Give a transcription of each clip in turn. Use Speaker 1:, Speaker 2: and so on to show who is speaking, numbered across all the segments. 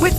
Speaker 1: With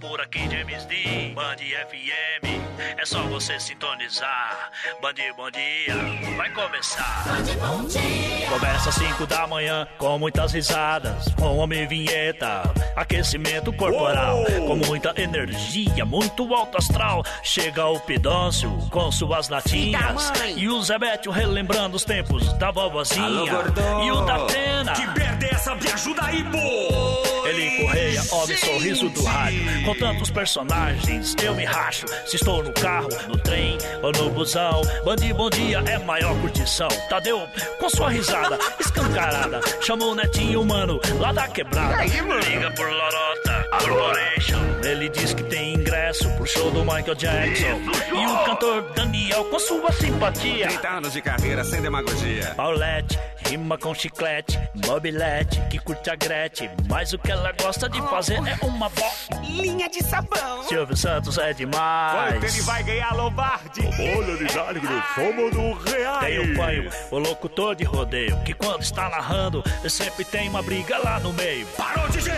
Speaker 2: por aqui James D, Band FM, é só você sintonizar. Band, bom dia, vai começar. Começa às 5 da manhã, com muitas risadas, com homem vinheta, aquecimento corporal, com muita energia, muito alto astral. Chega o Pidâncio com suas latinhas, e o Zé Bétio relembrando os tempos da vovozinha, e o da Atena.
Speaker 3: Te perde essa, me ajuda aí, pô!
Speaker 2: Ele correia, homem, sorriso do rádio. Com tantos personagens, eu me racho. Se estou no carro, no trem ou no busão. Bandi, bom dia, é maior curtição. Tadeu, com sua risada escancarada, chamou o netinho, mano, lá da quebrada. Liga por Lorota, Corporation. Ele diz que tem ingresso pro show do Michael Jackson. E o cantor Daniel, com sua simpatia.
Speaker 3: 30 anos Tá de carreira sem demagogia.
Speaker 2: Paulette, rima com chiclete, mobilete, que curte a Gretchen. Mas o que ela gosta de fazer é uma bo...
Speaker 4: Linha de sabão.
Speaker 2: Silvio Santos é
Speaker 3: Ele
Speaker 2: demais.
Speaker 3: vai ganhar Lombardi. Olha, Lisandro, somos do Real.
Speaker 2: Tem o Panho, o locutor de rodeio, que quando está narrando, sempre tem uma briga lá no meio.
Speaker 3: Parou, DJ!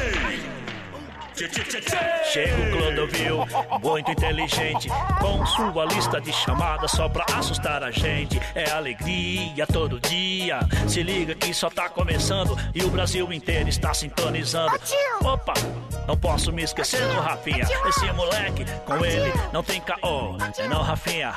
Speaker 3: Tchê, tchê, tchê, tchê.
Speaker 2: Chega o Clodovil, muito inteligente, com sua lista de chamadas só pra assustar a gente. É alegria todo dia. Se liga que só tá começando e o Brasil inteiro está sintonizando.
Speaker 4: Atiu!
Speaker 2: Opa, não posso me esquecer do Rafinha.
Speaker 4: Atiu!
Speaker 2: Esse moleque, com
Speaker 4: Atiu!
Speaker 2: ele, não tem caô.
Speaker 4: Atiu!
Speaker 2: Não, Rafinha.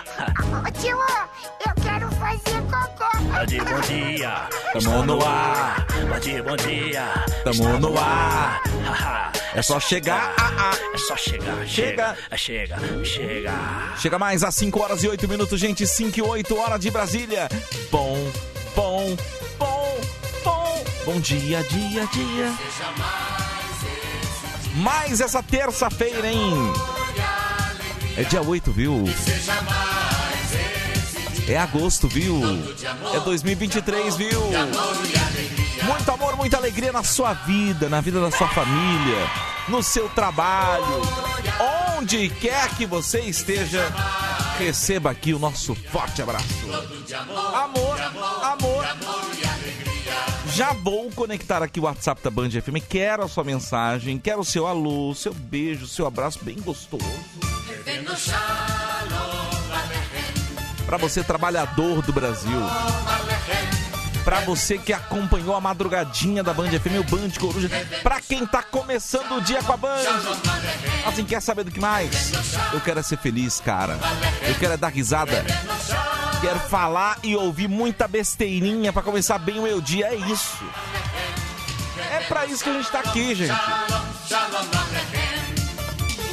Speaker 4: Ô, tio, eu quero fazer cocô.
Speaker 2: Bom dia, bom dia, tamo no ar. Bom dia, bom dia,
Speaker 5: Tamo no ar.
Speaker 2: Haha,
Speaker 5: É só chegar. Ah, ah.
Speaker 2: É só chegar, chega, é
Speaker 5: Chega.
Speaker 2: chega, chega.
Speaker 5: Chega mais às 5 horas e 8 minutos, gente. 5 e 8 horas de Brasília. Bom, bom, bom, bom. Bom dia, dia, dia. Mais essa terça-feira, hein? É dia 8, viu? É agosto, viu? É 2023, viu? Muito amor, muita alegria na sua vida, na vida da sua família, no seu trabalho. Onde quer que você esteja, receba aqui o nosso forte abraço. Amor, amor. Já vou conectar aqui o WhatsApp da Band FM. Quero a sua mensagem, quero o seu alô, o seu beijo, o seu abraço bem gostoso. Para você trabalhador do Brasil. Pra você que acompanhou a madrugadinha da Band FM, o Band Coruja. Pra quem tá começando o dia com a Band. Assim, quer saber do que mais? Eu quero é ser feliz, cara. Eu quero é dar risada. Quero falar e ouvir muita besteirinha pra começar bem o meu dia. É isso. É pra isso que a gente tá aqui, gente.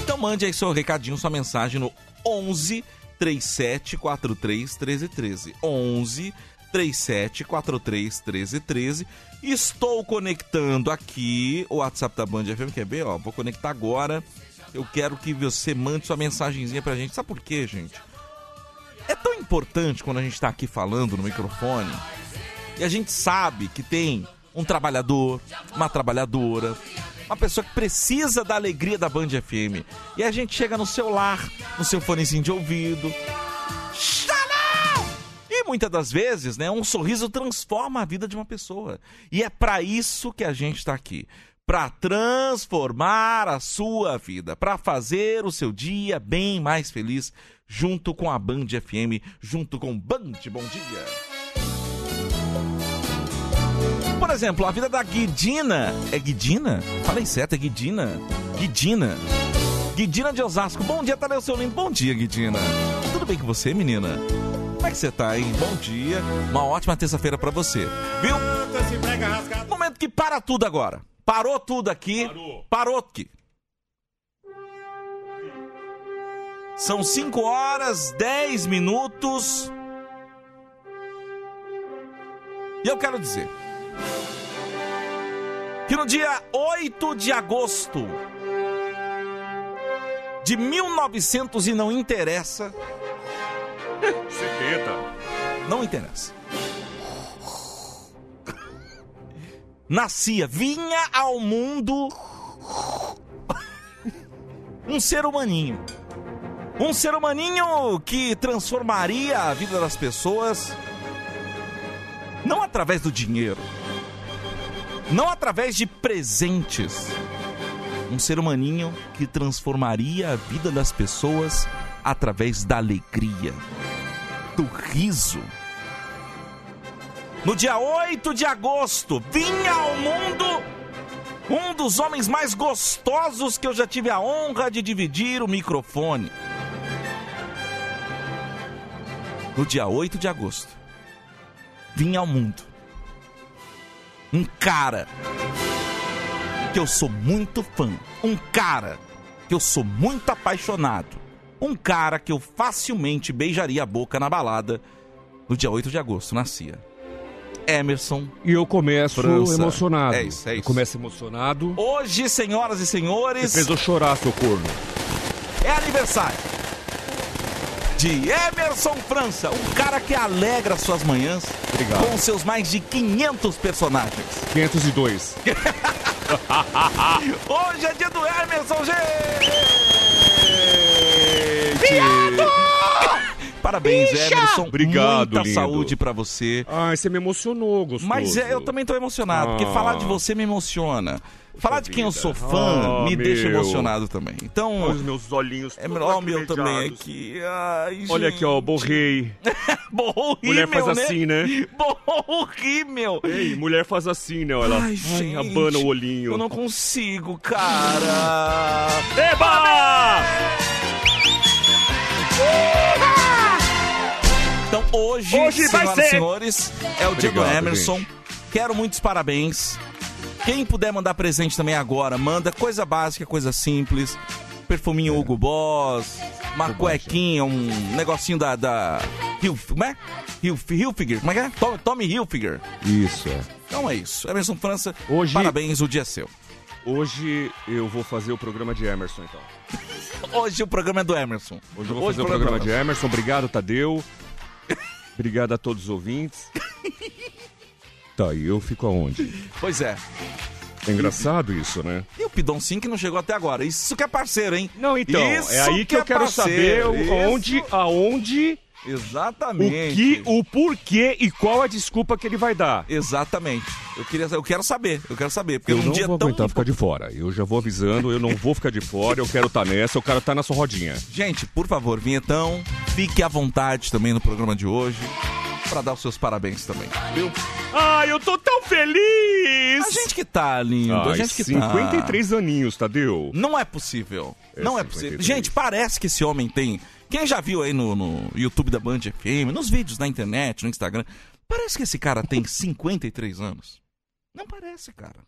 Speaker 5: Então mande aí seu recadinho, sua mensagem no 11 37 43 13 13. 11 37 43 13 13. Estou conectando aqui o WhatsApp da Band FM, quer ver? Ó, vou conectar agora. Eu quero que você mande sua mensagenzinha pra gente. Sabe por quê, gente? É tão importante quando a gente tá aqui falando no microfone e a gente sabe que tem um trabalhador, uma trabalhadora, uma pessoa que precisa da alegria da Band FM. E a gente chega no seu lar, no seu fonezinho de ouvido. Shalom! E muitas das vezes, né, um sorriso transforma a vida de uma pessoa. E é pra isso que a gente tá aqui. Pra transformar a sua vida, pra fazer o seu dia bem mais feliz, junto com a Band FM, junto com Band Bom Dia. Por exemplo, a vida da Guidina. É Guidina? Falei certo, é Guidina. Guidina. Guidina de Osasco. Bom dia, Tadeu Seu Lindo. Bom dia, Guidina. Tudo bem com você, menina? Como é que você tá, hein? Bom dia. Uma ótima terça-feira pra você. Viu? Momento que para tudo agora. Parou tudo aqui.
Speaker 3: Parou.
Speaker 5: Parou aqui. São 5 horas, 10 minutos. E eu quero dizer que no dia 8 de agosto de 1900 e não interessa,
Speaker 3: 70.
Speaker 5: não interessa. Nascia, vinha ao mundo um ser humaninho. Um ser humaninho que transformaria a vida das pessoas não através do dinheiro, não através de presentes. Um ser humaninho que transformaria a vida das pessoas através da alegria, do riso. No dia 8 de agosto, vinha ao mundo um dos homens mais gostosos que eu já tive a honra de dividir o microfone. No dia 8 de agosto, vinha ao mundo um cara que eu sou muito fã, um cara que eu sou muito apaixonado, um cara que eu facilmente beijaria a boca na balada. No dia 8 de agosto, nascia. Emerson
Speaker 6: E eu começo
Speaker 5: França.
Speaker 6: emocionado.
Speaker 5: É isso, é
Speaker 6: Eu
Speaker 5: isso.
Speaker 6: começo emocionado.
Speaker 5: Hoje, senhoras e senhores,
Speaker 6: Fez eu chorar, seu corno.
Speaker 5: é aniversário de Emerson França, um cara que alegra suas manhãs
Speaker 6: Obrigado.
Speaker 5: com seus mais de 500 personagens.
Speaker 6: 502.
Speaker 5: Hoje é dia do Emerson, gente! Viado! Parabéns, Emerson.
Speaker 6: Obrigado,
Speaker 5: Muita
Speaker 6: lindo.
Speaker 5: saúde pra você.
Speaker 6: Ai, você me emocionou, gostoso.
Speaker 5: Mas é, eu também tô emocionado, porque
Speaker 6: Ah.
Speaker 5: falar de você me emociona. Falar de quem eu sou fã
Speaker 6: Ah,
Speaker 5: me deixa
Speaker 6: meu.
Speaker 5: emocionado também. Então,
Speaker 6: Olha os meus olhinhos.
Speaker 5: É
Speaker 6: tudo
Speaker 5: melhor o meu também
Speaker 6: lacrimejados.
Speaker 5: aqui. Ai,
Speaker 6: Olha
Speaker 5: gente.
Speaker 6: aqui, ó, borrei.
Speaker 5: Borrou o
Speaker 6: Mulher
Speaker 5: rímel,
Speaker 6: faz
Speaker 5: né?
Speaker 6: assim, né?
Speaker 5: Borrou o rímel.
Speaker 6: Ei, mulher faz assim, né? ó, Ela
Speaker 5: Ai,
Speaker 6: Ai,
Speaker 5: gente.
Speaker 6: abana o olhinho.
Speaker 5: Eu não consigo, cara.
Speaker 6: Eba!
Speaker 5: Então hoje,
Speaker 6: Hoje vai
Speaker 5: senhoras e
Speaker 6: ser.
Speaker 5: senhores, é o dia do
Speaker 6: Obrigado,
Speaker 5: Emerson. Quero muitos parabéns. Quem puder mandar presente também agora, manda coisa básica, coisa simples. Perfuminho
Speaker 6: É.
Speaker 5: Hugo Boss, uma cuequinha, um negocinho da. da Hilf, como é? Hilf, Hilfiger, como é que é? Tommy, Tommy Hilfiger.
Speaker 6: Isso, é.
Speaker 5: Então é isso. Emerson França,
Speaker 6: Hoje-
Speaker 5: parabéns, o dia é seu.
Speaker 6: Hoje eu vou fazer o programa de Emerson, então.
Speaker 5: Hoje o programa é do Emerson.
Speaker 6: Hoje eu vou fazer o programa de Emerson. Obrigado, Tadeu. Obrigado a todos os ouvintes. Tá, e eu fico aonde?
Speaker 5: Pois é.
Speaker 6: É engraçado isso, né?
Speaker 5: E o Pidon Sim que não chegou até agora. Isso que é parceiro, hein?
Speaker 6: Não, então,
Speaker 5: Isso
Speaker 6: é aí que, eu
Speaker 5: é
Speaker 6: quero saber
Speaker 5: parceiro, isso.
Speaker 6: onde, aonde, o
Speaker 5: Exatamente.
Speaker 6: que, o porquê e qual a desculpa que ele vai dar.
Speaker 5: Exatamente. Eu, queria, eu quero saber, eu quero saber. Porque
Speaker 6: Eu
Speaker 5: num
Speaker 6: não
Speaker 5: dia
Speaker 6: vou
Speaker 5: tão.
Speaker 6: aguentar ficar de fora. Eu já vou avisando, eu não vou ficar de fora, eu quero estar nessa, eu quero estar na sua rodinha.
Speaker 5: Gente, por favor, vinhetão, fique à vontade também no programa de hoje. Pra dar os seus parabéns também.
Speaker 6: Ai, eu tô tão feliz!
Speaker 5: A gente que tá lindo, a
Speaker 6: Ai,
Speaker 5: gente que tá.
Speaker 6: 53 aninhos, Tadeu.
Speaker 5: Não é possível.
Speaker 6: É
Speaker 5: não é possível.
Speaker 6: 53.
Speaker 5: Gente, parece que esse homem tem. Quem já viu aí no, no YouTube da Band FM, nos vídeos na internet, no Instagram, parece que esse cara tem 53 anos. Não parece, cara.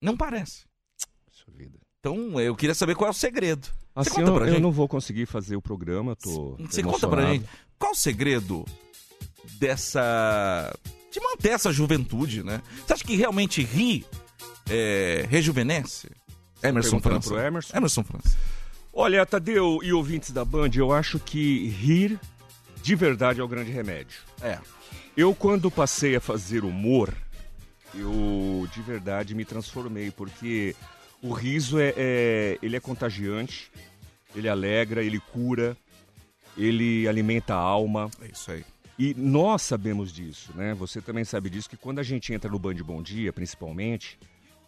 Speaker 5: Não parece. Então, eu queria saber qual é o segredo.
Speaker 6: Assim,
Speaker 5: conta
Speaker 6: eu,
Speaker 5: pra
Speaker 6: eu
Speaker 5: gente.
Speaker 6: não vou conseguir fazer o programa, tô.
Speaker 5: Você conta pra
Speaker 6: emocionado.
Speaker 5: gente qual o segredo dessa. de manter essa juventude, né? Você acha que realmente ri é, rejuvenesce? Emerson
Speaker 6: Perguntando
Speaker 5: França.
Speaker 6: pro Emerson.
Speaker 5: Emerson França.
Speaker 6: Olha, Tadeu e ouvintes da Band, eu acho que rir de verdade é o grande remédio.
Speaker 5: É.
Speaker 6: Eu, quando passei a fazer humor, eu de verdade me transformei, porque o riso é, é- ele é contagiante, ele alegra, ele cura, ele alimenta a alma.
Speaker 5: É isso aí.
Speaker 6: E nós sabemos disso, né? Você também sabe disso, que quando a gente entra no Band Bom Dia, principalmente,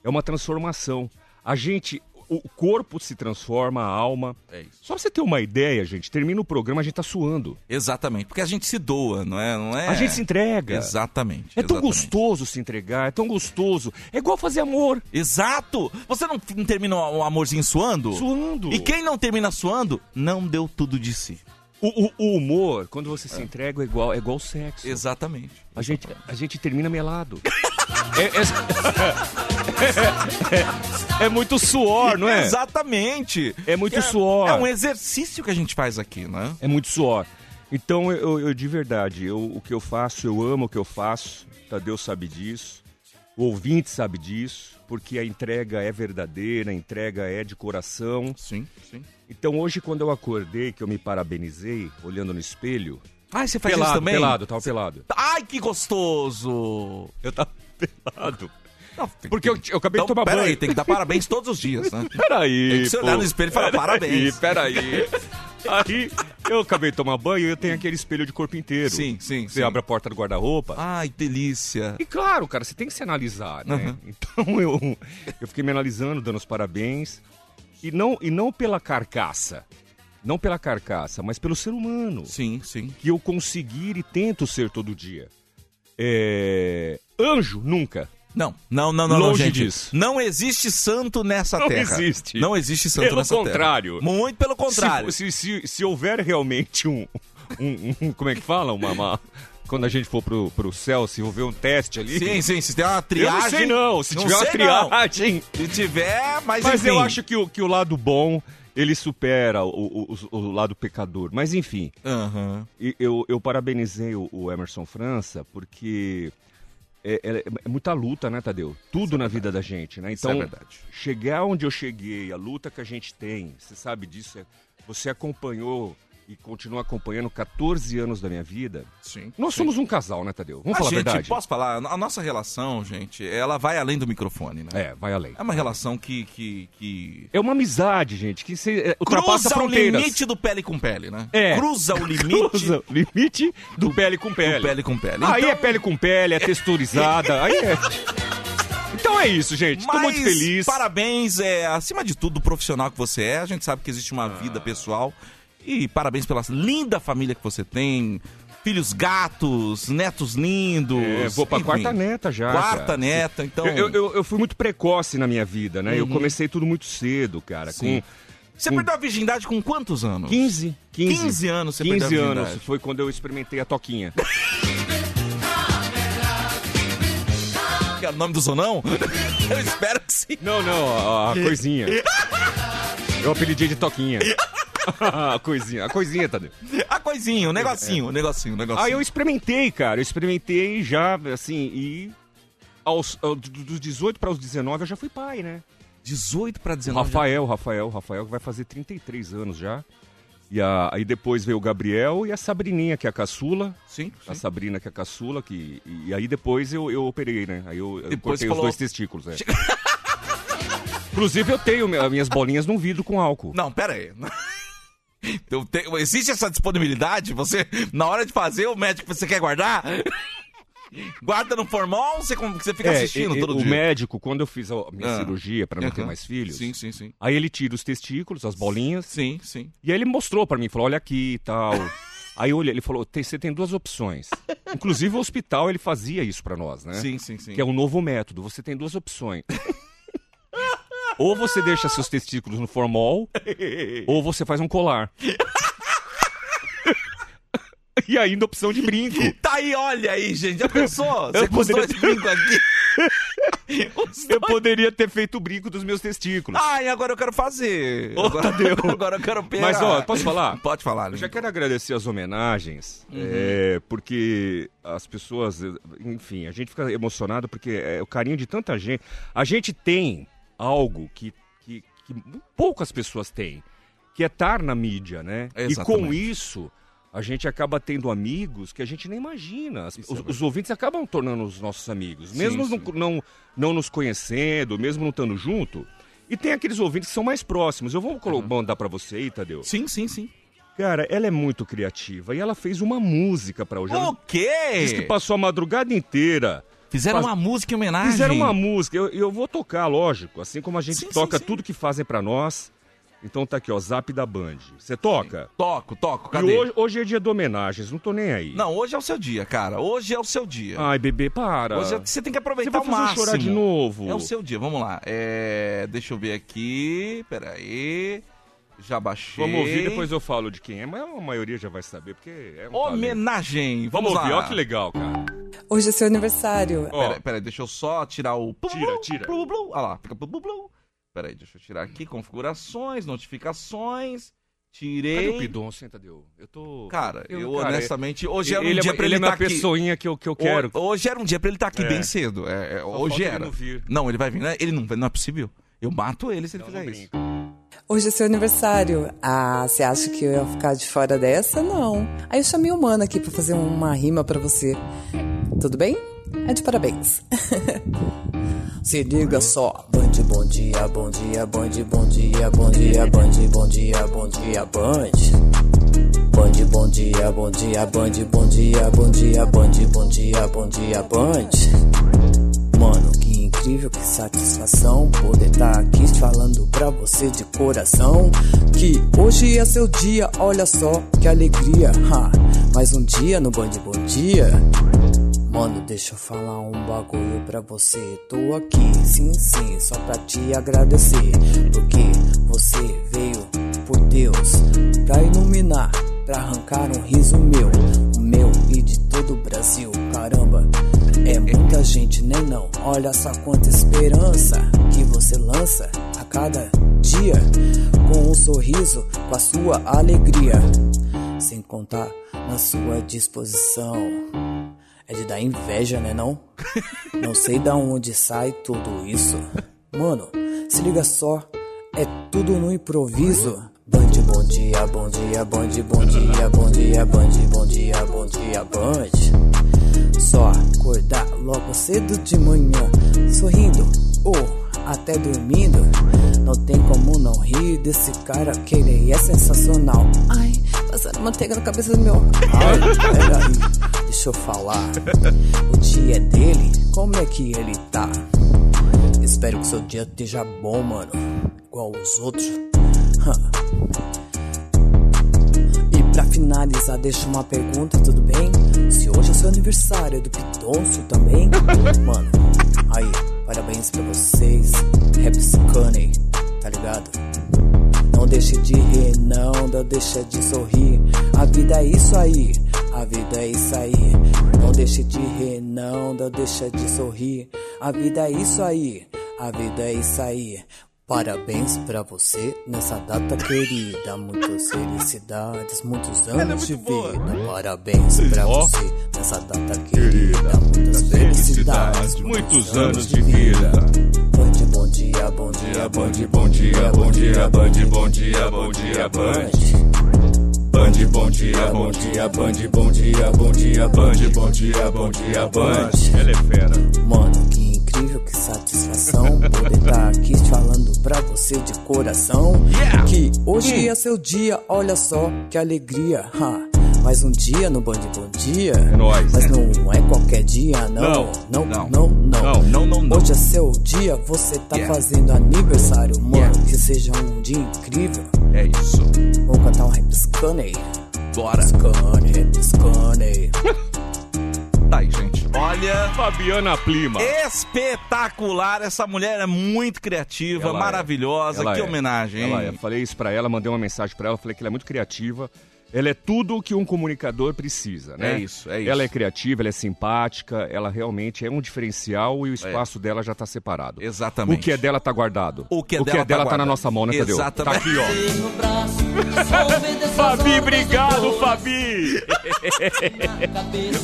Speaker 6: é uma transformação. A gente. o corpo se transforma, a alma.
Speaker 5: É isso.
Speaker 6: Só pra você ter uma ideia, gente, termina o programa, a gente tá suando.
Speaker 5: Exatamente, porque a gente se doa, não é? Não é...
Speaker 6: A gente se entrega.
Speaker 5: Exatamente.
Speaker 6: É tão
Speaker 5: exatamente.
Speaker 6: gostoso se entregar, é tão gostoso. É igual fazer amor,
Speaker 5: Exato! Você não, não termina um amorzinho suando?
Speaker 6: suando.
Speaker 5: E quem não termina suando, não deu tudo de si.
Speaker 6: O, o- o humor, quando você se entrega, é igual, é igual sexo.
Speaker 5: Exatamente.
Speaker 6: A gente, a gente termina melado. É, é- é- é muito suor, não é?
Speaker 5: Exatamente.
Speaker 6: É muito suor.
Speaker 5: É um exercício que a gente faz aqui, né?
Speaker 6: É muito suor. Então, eu, eu- de verdade, eu, o que eu faço, eu amo o que eu faço. Tadeu sabe disso. O ouvinte sabe disso. Porque a entrega é verdadeira, a entrega é de coração.
Speaker 5: Sim, sim.
Speaker 6: Então, hoje, quando eu acordei, que eu me parabenizei, olhando no espelho...
Speaker 5: Ai, você faz isso
Speaker 6: pelado,
Speaker 5: também?
Speaker 6: pelado, tava pelado.
Speaker 5: Ai, que gostoso!
Speaker 6: Eu tava pelado.
Speaker 5: Não, tem-
Speaker 6: Porque eu, eu acabei
Speaker 5: então,
Speaker 6: de tomar
Speaker 5: peraí,
Speaker 6: banho.
Speaker 5: tem que dar parabéns todos os dias, né?
Speaker 6: Peraí.
Speaker 5: Tem que se olhar
Speaker 6: pô.
Speaker 5: no espelho e falar parabéns.
Speaker 6: Peraí, peraí. Aí eu acabei de tomar banho e eu tenho aquele espelho de corpo inteiro.
Speaker 5: Sim, sim,
Speaker 6: Você
Speaker 5: sim.
Speaker 6: abre a porta do guarda-roupa.
Speaker 5: Ai, que delícia.
Speaker 6: E claro, cara, você tem que se analisar,
Speaker 5: Uhum.
Speaker 6: né? Então eu, eu fiquei me analisando, dando os parabéns. E não, e não pela carcaça. Não pela carcaça, mas pelo ser humano.
Speaker 5: Sim, sim.
Speaker 6: Que eu conseguir e tento ser todo dia. É... Anjo, nunca.
Speaker 5: Não, não, não, não, não,
Speaker 6: Longe
Speaker 5: gente.
Speaker 6: disso.
Speaker 5: Não existe santo nessa
Speaker 6: Não
Speaker 5: terra.
Speaker 6: existe.
Speaker 5: Não existe santo
Speaker 6: Pelo
Speaker 5: nessa
Speaker 6: contrário.
Speaker 5: terra. Muito pelo contrário.
Speaker 6: Se, se, se, se houver realmente um, um- um- Como é que fala? Uma, uma- quando a gente for pro, pro céu, se houver um teste ali.
Speaker 5: Sim, sim, se tem uma
Speaker 6: Eu
Speaker 5: triagem.
Speaker 6: não sei não, se
Speaker 5: Não
Speaker 6: tiver uma
Speaker 5: sei, não.
Speaker 6: triagem.
Speaker 5: Se tiver, mas,
Speaker 6: Mas
Speaker 5: enfim.
Speaker 6: eu acho que o, que o lado bom, ele supera o, o- o- o lado pecador. Mas enfim,
Speaker 5: Aham.
Speaker 6: e- eu, eu parabenizei o, o Emerson França, porque é, é- é muita luta, né, Tadeu? Tudo na vida da gente, né?
Speaker 5: é Isso
Speaker 6: Então,
Speaker 5: é verdade.
Speaker 6: chegar onde eu cheguei, a luta que a gente tem, você sabe disso, é- você acompanhou e continua acompanhando 14 anos da minha vida.
Speaker 5: Sim.
Speaker 6: Nós
Speaker 5: sim.
Speaker 6: somos um casal, né, Tadeu? Vamos
Speaker 5: a
Speaker 6: falar
Speaker 5: gente,
Speaker 6: a verdade?
Speaker 5: posso falar? A nossa relação, gente, ela vai além do microfone, né?
Speaker 6: É, vai além.
Speaker 5: É uma relação que. que, que...
Speaker 6: É uma amizade, gente, que se, é,
Speaker 5: Cruza
Speaker 6: ultrapassa
Speaker 5: o
Speaker 6: fronteiras.
Speaker 5: limite do pele com pele, né?
Speaker 6: É.
Speaker 5: Cruza o limite
Speaker 6: Cruza o limite do, pele com pele.
Speaker 5: do pele com pele.
Speaker 6: Aí
Speaker 5: Então,
Speaker 6: é pele com pele, é texturizada, aí é... Então é isso, gente. Tô
Speaker 5: mas
Speaker 6: muito feliz.
Speaker 5: Parabéns, é, acima de tudo, do profissional que você é. A gente sabe que existe
Speaker 6: Ah.
Speaker 5: uma vida pessoal. E parabéns pela linda família que você tem. Filhos gatos, netos lindos.
Speaker 6: É, vou pra
Speaker 5: enfim.
Speaker 6: quarta neta já.
Speaker 5: Quarta
Speaker 6: cara.
Speaker 5: neta, então.
Speaker 6: Eu, eu- eu fui muito precoce na minha vida, né? Eu comecei tudo muito cedo, cara.
Speaker 5: Sim.
Speaker 6: Com
Speaker 5: Você perdeu a virgindade com quantos anos?
Speaker 6: 15, 15,
Speaker 5: 15 anos você
Speaker 6: 15
Speaker 5: perdeu a
Speaker 6: anos
Speaker 5: virgindade.
Speaker 6: foi quando eu experimentei a toquinha.
Speaker 5: Que era o nome do Zonão? Eu espero que sim.
Speaker 6: Não, não, a, a coisinha. Eu apelidei de toquinha. a coisinha, a coisinha, Tadeu.
Speaker 5: A coisinha, o negocinho, o negocinho, o negocinho.
Speaker 6: Ah, eu experimentei, cara. Eu experimentei já, assim, e. Aos, ao- d- dos 18 para os 19 eu já fui pai, né?
Speaker 5: 18 pra
Speaker 6: O
Speaker 5: 19.
Speaker 6: Rafael, Rafael, Rafael, que vai fazer 33 anos já. E a- aí depois veio o Gabriel e a Sabrininha, que é a caçula.
Speaker 5: Sim,
Speaker 6: A
Speaker 5: sim.
Speaker 6: Sabrina, que é a caçula, que. E, e aí depois eu, eu operei, né? Aí eu, eu
Speaker 5: Depois
Speaker 6: cortei
Speaker 5: falou-
Speaker 6: os dois testículos, né? Inclusive eu tenho mi- minhas bolinhas num vidro com álcool.
Speaker 5: Não, pera aí. Eu te- Existe essa disponibilidade? Você, na hora de fazer, o médico, você quer guardar? Guarda no formol, você, com- você fica tá assistindo
Speaker 6: É, e- e-
Speaker 5: todo
Speaker 6: o
Speaker 5: dia?
Speaker 6: médico, quando eu fiz a minha
Speaker 5: Ah.
Speaker 6: cirurgia para não ter
Speaker 5: Aham.
Speaker 6: mais filhos,
Speaker 5: Sim, sim, sim.
Speaker 6: aí ele tira os testículos, as bolinhas,
Speaker 5: Sim, sim.
Speaker 6: E aí ele mostrou pra mim, falou, olha aqui e tal. aí eu olhei, ele falou, "Tem- você tem duas opções. Inclusive o hospital, ele fazia isso pra nós, né?
Speaker 5: Sim, sim, sim.
Speaker 6: Que é um novo método, você tem duas opções. ou você deixa seus testículos no formol, ou você faz um colar. e ainda a opção de brinco.
Speaker 5: Tá aí, olha aí, gente. Já pensou? Você
Speaker 6: Eu
Speaker 5: com os
Speaker 6: poderia-
Speaker 5: dois brincos aqui. Os
Speaker 6: Eu poderia ter feito o brinco dos meus testículos.
Speaker 5: Ai, agora eu quero fazer. agora, agora eu quero pegar.
Speaker 6: Mas, ó, posso falar?
Speaker 5: Pode falar,
Speaker 6: Eu
Speaker 5: lindo.
Speaker 6: já quero agradecer as homenagens,
Speaker 5: Uhum.
Speaker 6: é, porque as pessoas, enfim, a gente fica emocionado porque é o carinho de tanta gente. A gente tem algo que, que, que poucas pessoas têm, que é estar na mídia, né? E com
Speaker 5: Exatamente.
Speaker 6: isso, a gente acaba tendo amigos que a gente nem imagina. As-
Speaker 5: Isso é
Speaker 6: os,
Speaker 5: verdade.
Speaker 6: os ouvintes acabam tornando os nossos amigos,
Speaker 5: Sim,
Speaker 6: mesmo
Speaker 5: sim.
Speaker 6: Não, não, não nos conhecendo, mesmo não estando junto. E tem aqueles ouvintes que são mais próximos. Eu vou colo-
Speaker 5: Uhum.
Speaker 6: mandar pra você aí, Tadeu.
Speaker 5: Sim, sim, sim.
Speaker 6: Tipo, Cara, ela é muito criativa e ela fez uma música pra hoje.
Speaker 5: O
Speaker 6: Ela
Speaker 5: quê?
Speaker 6: disse que passou a madrugada inteira
Speaker 5: Fizeram
Speaker 6: Faz-
Speaker 5: uma música em homenagem.
Speaker 6: Fizeram uma música, eu, eu vou tocar, lógico, assim como a gente
Speaker 5: Sim, sim,
Speaker 6: toca
Speaker 5: sim.
Speaker 6: tudo que fazem pra nós. Então tá aqui, ó, Zap da Band. Você toca?
Speaker 5: Toco, toco,
Speaker 6: E
Speaker 5: cadê?
Speaker 6: hoje, hoje é dia de homenagens, não tô nem aí.
Speaker 5: Não, hoje é o seu dia, cara. Hoje é o seu dia.
Speaker 6: Ai, bebê, para.
Speaker 5: Hoje é- você tem que aproveitar
Speaker 6: Você vai
Speaker 5: o
Speaker 6: fazer eu
Speaker 5: máximo.
Speaker 6: chorar de novo.
Speaker 5: É o seu dia, vamos lá. É, deixa eu ver aqui. Peraí. Já baixei.
Speaker 6: Vamos ouvir, depois eu falo de quem é, mas a maioria já vai saber, porque é um talento.
Speaker 5: Homenagem. Vamos,
Speaker 6: Vamos ouvir,
Speaker 5: lá.
Speaker 6: ó que legal, cara.
Speaker 7: Hoje é seu aniversário.
Speaker 6: Ó,
Speaker 5: Peraí, peraí, deixa eu só tirar o.
Speaker 6: Tira, tira.
Speaker 5: Blu, blu, blu. Ah lá, fica. Blu, blu, blu. Peraí, deixa eu tirar aqui. Configurações, notificações.
Speaker 6: cadê
Speaker 5: Tirei.
Speaker 6: o Pidon? Senta, deu. Eu tô...
Speaker 5: Cara, eu,
Speaker 6: cara,
Speaker 5: honestamente. Hoje
Speaker 6: é-
Speaker 5: era um
Speaker 6: ele é-
Speaker 5: dia pra ele
Speaker 6: Ele é
Speaker 5: estar
Speaker 6: minha
Speaker 5: aqui.
Speaker 6: pessoinha que eu, que eu quero.
Speaker 5: Ho- Hoje era um dia pra ele estar aqui
Speaker 6: É.
Speaker 5: bem cedo. É, é, hoje
Speaker 6: falta ele
Speaker 5: era.
Speaker 6: não vir.
Speaker 5: Não, ele vai vir. né? Ele não, vai- não é possível. Eu mato ele se ele
Speaker 6: Não, não
Speaker 5: fizer isso.
Speaker 6: brinca.
Speaker 7: Hoje é seu aniversário. Ah, você acha que eu ia ficar de fora dessa? Não. Aí eu chamei o Mano aqui pra fazer uma rima pra você. Tudo bem? É de parabéns. Se liga só. Band, bom dia, bom dia, band, bom dia, bom dia, band, bom dia, bom dia, band. Band, bom dia, bom dia, band, bom dia, bom dia, band, bom dia, bom dia, band. Mano, que incrível, que satisfação poder estar aqui falando pra você de coração. Que hoje é seu dia, olha só que alegria. Ha, mais um dia no Band Bom Dia. Mano, deixa eu falar um bagulho pra você. Tô aqui, sim, sim, só pra te agradecer. Porque você veio por Deus pra iluminar, pra arrancar um riso meu, o meu e de todo o Brasil. Caramba, é muita gente, nem não. Olha só quanta esperança que você lança a cada dia. Com um sorriso, com a sua alegria. Sem contar na sua disposição. É de dar inveja, né não? Não sei da onde sai tudo isso. Mano, se liga só, é tudo no improviso. Band, bom dia, bom dia, band, bom dia, bom dia, band, bom dia, bom dia, band. Só acordar logo cedo de manhã, sorrindo ou até dormindo. Não tem como não rir desse cara que ele é sensacional.
Speaker 8: Ai, passando manteiga na cabeça do meu.
Speaker 7: Ai, peraí, deixa eu falar. O dia é dele, como é que ele tá? Espero que seu dia esteja bom, mano. Igual os outros. Ha. E pra finalizar, deixa uma pergunta, tudo bem? Se hoje é seu aniversário, é do Pitonço também? Mano, aí, parabéns pra vocês. Rap Scanner, tá ligado? Não deixe de rir, não, não deixa de sorrir. A vida é isso aí, a vida é isso aí. Não deixe de rir, não, não deixa de sorrir. A vida é isso aí, a vida é isso aí. Parabéns pra você nessa data querida. Muitas felicidades, muitos anos de vida. é Parabéns pra
Speaker 6: Ó.
Speaker 7: você nessa data querida. Muitas felicidades,
Speaker 6: muitos anos de vida.
Speaker 7: Band, bom dia, bom dia, bom dia, bom dia, bom dia, band, bom dia, bom dia, band. Band, bom dia, bom dia, band, bom dia, bom dia, band, bom dia, bom dia, band.
Speaker 6: Ela é fera.
Speaker 7: Mano, que incrível, que satisfação poder estar aqui falando pra você de coração. Que hoje é seu dia, olha só que alegria. Ha. Mais um dia no Band Bom Dia. É
Speaker 6: nóis.
Speaker 7: Mas não é qualquer dia, não.
Speaker 5: Não, não,
Speaker 7: Não, não, não.
Speaker 5: não, não, não, não.
Speaker 7: Hoje é seu dia, você tá
Speaker 5: Yeah.
Speaker 7: fazendo aniversário, mano.
Speaker 5: Yeah.
Speaker 7: Que seja um dia incrível.
Speaker 5: É isso.
Speaker 7: Vou cantar um rap scanner.
Speaker 5: Bora.
Speaker 7: Scanner, rap scanner.
Speaker 5: Tá aí, gente. Olha.
Speaker 6: Fabiana Plima.
Speaker 5: Espetacular! Essa mulher é muito criativa,
Speaker 6: Ela é.
Speaker 5: maravilhosa.
Speaker 6: Ela
Speaker 5: que
Speaker 6: é.
Speaker 5: homenagem, hein?
Speaker 6: Ela é. Falei isso pra ela, mandei uma mensagem pra ela, falei que ela é muito criativa. Ela é tudo o que um comunicador precisa, né?
Speaker 5: É isso, é isso.
Speaker 6: Ela é criativa, ela é simpática, ela realmente é um diferencial e o espaço dela já tá separado.
Speaker 5: É. Exatamente.
Speaker 6: O que é dela tá guardado.
Speaker 5: O que é
Speaker 6: o
Speaker 5: dela tá
Speaker 6: dela tá, na
Speaker 5: guardado.
Speaker 6: nossa mão, né, Tadeu?
Speaker 5: Exatamente.
Speaker 6: Tá aqui, ó. Fabi, obrigado, Fabi!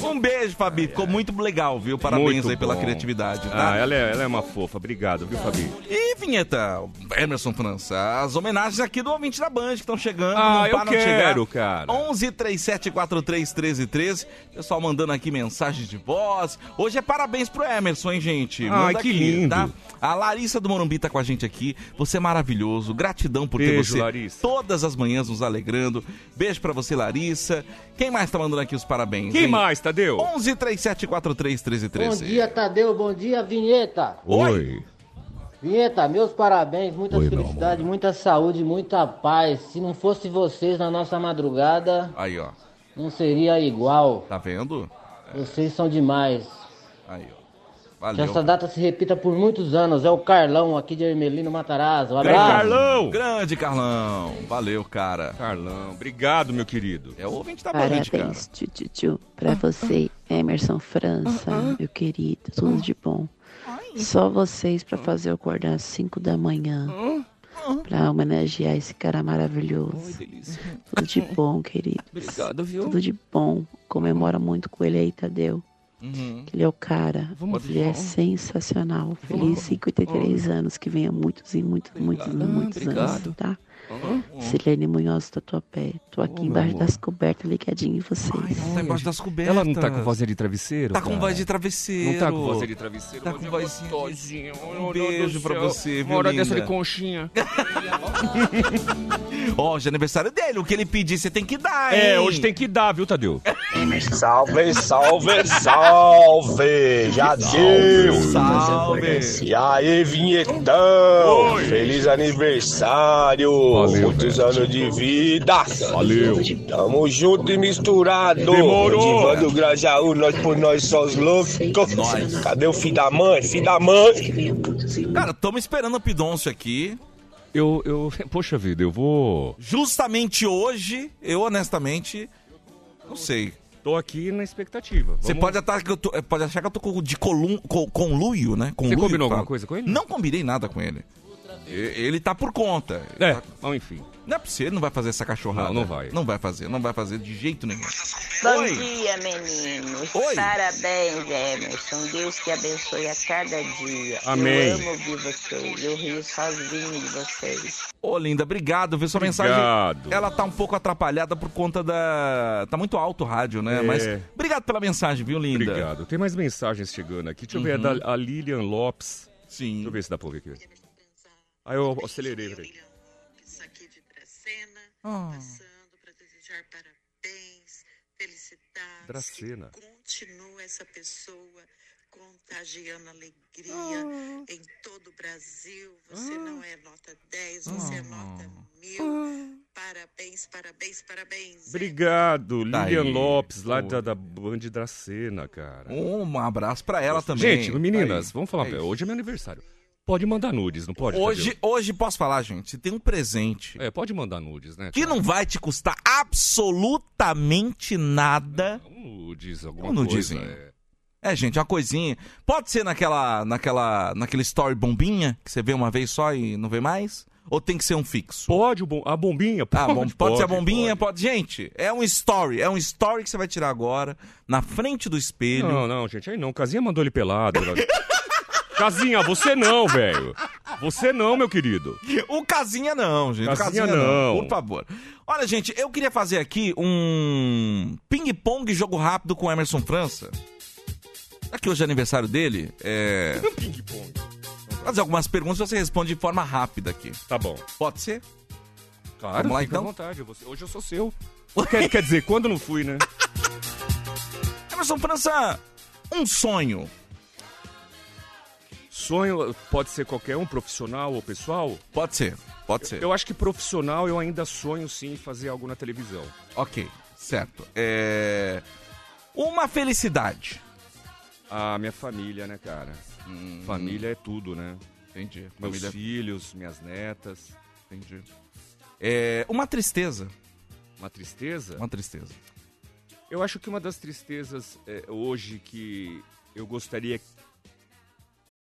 Speaker 5: Um beijo, Fabi. Ficou muito legal, viu? Parabéns
Speaker 6: Muito
Speaker 5: aí pela
Speaker 6: bom.
Speaker 5: criatividade. Tá?
Speaker 6: Ah, ela é, ela é uma fofa. Obrigado, viu, Fabi?
Speaker 5: E vinheta, Emerson França, as homenagens aqui do ouvinte da Band que estão chegando. um
Speaker 6: Ah,
Speaker 5: não
Speaker 6: eu
Speaker 5: param de
Speaker 6: quero,
Speaker 5: chegar.
Speaker 6: cara. cara?
Speaker 5: 11 37431313. Pessoal mandando aqui mensagens de voz. Hoje é parabéns pro Emerson, hein, gente? tá?
Speaker 6: Ai, que lindo.
Speaker 5: A Larissa do Morumbi tá com a gente aqui. Você é maravilhoso. Gratidão por ter
Speaker 6: Beijo,
Speaker 5: você
Speaker 6: Larissa.
Speaker 5: todas as manhãs nos alegrando. Beijo pra você, Larissa. Quem mais tá mandando aqui os parabéns?
Speaker 6: Quem
Speaker 5: hein?
Speaker 6: mais, Tadeu?
Speaker 5: 11 37431313.
Speaker 9: Bom dia, Tadeu. Bom dia, Vinheta.
Speaker 5: Oi.
Speaker 9: Vinheta, meus parabéns, muita felicidade, muita saúde, muita paz. Se não fosse vocês na nossa madrugada,
Speaker 5: Aí, ó.
Speaker 9: não seria igual.
Speaker 5: Tá vendo?
Speaker 9: Vocês são demais.
Speaker 5: Aí, ó.
Speaker 9: Que
Speaker 5: Valeu.
Speaker 9: essa data se repita por muitos anos. É o Carlão aqui de Ermelino Matarazzo. Um abraço.
Speaker 5: Grande Carlão! Valeu, cara! Carlão, obrigado, meu querido. É o ouvinte da Band, cara.
Speaker 10: Parabéns, tio, pra você, Emerson França, meu querido, tudo de bom. Só vocês pra fazer eu acordar às 5 da manhã, pra homenagear esse cara maravilhoso. Tudo de bom, querido.
Speaker 11: Obrigado, viu?
Speaker 10: Tudo de bom. Comemora muito com ele aí, Tadeu.
Speaker 11: Uhum.
Speaker 10: Que ele é o cara.
Speaker 11: Vamos
Speaker 10: ele é
Speaker 11: lá.
Speaker 10: sensacional. Feliz 53 anos, que venha muitos e muitos, muitos e
Speaker 11: Ah,
Speaker 10: muitos anos,
Speaker 11: obrigado.
Speaker 10: tá?
Speaker 11: Uhum.
Speaker 10: Silene Munhoz da tua pé. Tô aqui
Speaker 6: meu
Speaker 10: embaixo
Speaker 6: amor.
Speaker 10: das cobertas, ligadinho em vocês.
Speaker 5: Tá embaixo das cobertas.
Speaker 6: Ela não tá com vozinha de travesseiro?
Speaker 5: Tá com
Speaker 6: cara?
Speaker 5: voz de travesseiro.
Speaker 6: Não tá com vozinha de travesseiro?
Speaker 5: Tá
Speaker 6: mas
Speaker 5: com
Speaker 6: é
Speaker 5: vozinha.
Speaker 6: gostosinho.
Speaker 5: Um beijo pra você, viu,
Speaker 11: Uma hora
Speaker 5: linda?
Speaker 11: dessa de conchinha.
Speaker 5: Ó, hoje é aniversário dele. O que ele pedir, você tem que dar, hein?
Speaker 6: É, hoje tem que dar, viu, Tadeu?
Speaker 12: Salve, salve, salve! Jadeu!
Speaker 5: Salve!
Speaker 12: E aí, vinhetão!
Speaker 5: Oi.
Speaker 12: Feliz aniversário! Muitos anos de vida! Valeu! Tamo junto e misturado!
Speaker 13: Demorou.
Speaker 12: Divan do Grajaú, nós por nós só os loucos! Cadê o filho da mãe? Filho da mãe!
Speaker 5: Cara, tamo esperando a Pidoncio aqui.
Speaker 6: Eu, eu, poxa vida, eu vou.
Speaker 5: Justamente hoje, eu honestamente, não sei.
Speaker 6: Tô aqui na expectativa.
Speaker 5: Você
Speaker 6: Vamos-
Speaker 5: pode, atar que eu tô- eh, pode achar que eu tô com- de colum, co- conluio, né? Conluio,
Speaker 6: combinou
Speaker 5: fala.
Speaker 6: alguma coisa com ele?
Speaker 5: Não combinei nada com ele. E- Ele tá por conta. É,
Speaker 6: enfim.
Speaker 5: Não é possível, ele não vai fazer essa cachorrada.
Speaker 6: Não, não vai.
Speaker 5: Não vai fazer, não vai fazer de jeito nenhum.
Speaker 14: Bom dia, meninos. Parabéns, Emerson. Deus te abençoe a cada dia.
Speaker 5: Amém.
Speaker 14: Eu amo ouvir vocês. Eu rio sozinho de vocês.
Speaker 5: Ô, linda, obrigado. Viu sua
Speaker 6: Obrigado.
Speaker 5: mensagem? Ela tá um pouco atrapalhada por conta da. Tá muito alto o rádio, né?
Speaker 6: É.
Speaker 5: Mas obrigado pela mensagem, viu, linda?
Speaker 6: Obrigado. Tem mais mensagens chegando aqui. Deixa eu ver a,
Speaker 5: Uhum.
Speaker 6: da, a Lilian Lopes.
Speaker 5: Sim.
Speaker 6: Deixa eu ver se dá pra ouvir aqui. Aí eu acelerei, peraí.
Speaker 5: Ah.
Speaker 6: Dracena.
Speaker 15: Continua essa pessoa contagiando alegria em todo o Brasil. Você não é nota 10, você é nota
Speaker 5: Ah.
Speaker 15: mil. Parabéns, parabéns, parabéns.
Speaker 6: Obrigado,
Speaker 5: Tá
Speaker 6: Lilian
Speaker 5: aí.
Speaker 6: Lopes, lá da, da Band Dracena, cara.
Speaker 5: Um abraço pra ela também.
Speaker 6: Gente, meninas,
Speaker 5: Aí.
Speaker 6: vamos falar.
Speaker 5: É
Speaker 6: hoje é meu aniversário. Pode mandar nudes, não pode?
Speaker 5: Hoje,
Speaker 6: Tadeu?
Speaker 5: hoje posso falar, gente, tem um presente.
Speaker 6: um- É, pode mandar nudes, né?
Speaker 5: Que não vai te custar absolutamente nada.
Speaker 6: É Nudes, alguma
Speaker 5: Um
Speaker 6: coisa.
Speaker 5: nudezinho.
Speaker 6: é.
Speaker 5: É, gente, uma coisinha. Pode ser naquela, naquela, naquele story bombinha, que você vê uma vez só e não vê mais? Ou tem que ser um fixo?
Speaker 6: Pode, a bombinha,
Speaker 5: pode. bom, pode,
Speaker 6: pode,
Speaker 5: ser a bombinha, pode. Gente, é um story. É um story que você vai tirar agora, na frente do espelho.
Speaker 6: Não, não, gente, aí não. Casinha mandou ele pelado. velho. Casinha, você não, velho. Você não, meu querido.
Speaker 5: O Casinha não, gente. O
Speaker 6: Casinha não.
Speaker 5: Por favor. Olha, gente, eu queria fazer aqui um ping-pong jogo rápido com o Emerson França. Já que hoje é aniversário dele, é.
Speaker 6: um Ping-pong.
Speaker 5: Vou Fazer algumas perguntas e você responde de forma rápida aqui.
Speaker 6: Tá bom.
Speaker 5: Pode ser?
Speaker 6: Claro,
Speaker 5: Vamos lá
Speaker 6: fica à
Speaker 5: então.
Speaker 6: vontade. você- Hoje eu sou seu. Quer, quer dizer, quando não fui, né?
Speaker 5: Emerson França, um sonho.
Speaker 6: Sonho pode ser qualquer um, profissional ou pessoal?
Speaker 5: Pode ser, pode ser.
Speaker 6: Eu acho que profissional eu ainda sonho sim em fazer algo na televisão.
Speaker 5: Ok, certo. É. Uma felicidade.
Speaker 6: A minha família, né, cara? Família é tudo, né?
Speaker 5: Hum. Entendi.
Speaker 6: Meus
Speaker 5: Família- é
Speaker 6: filhos, minhas netas.
Speaker 5: Entendi. É. Uma tristeza.
Speaker 6: Uma tristeza?
Speaker 5: Uma tristeza.
Speaker 6: Eu acho que uma das tristezas é, hoje que eu gostaria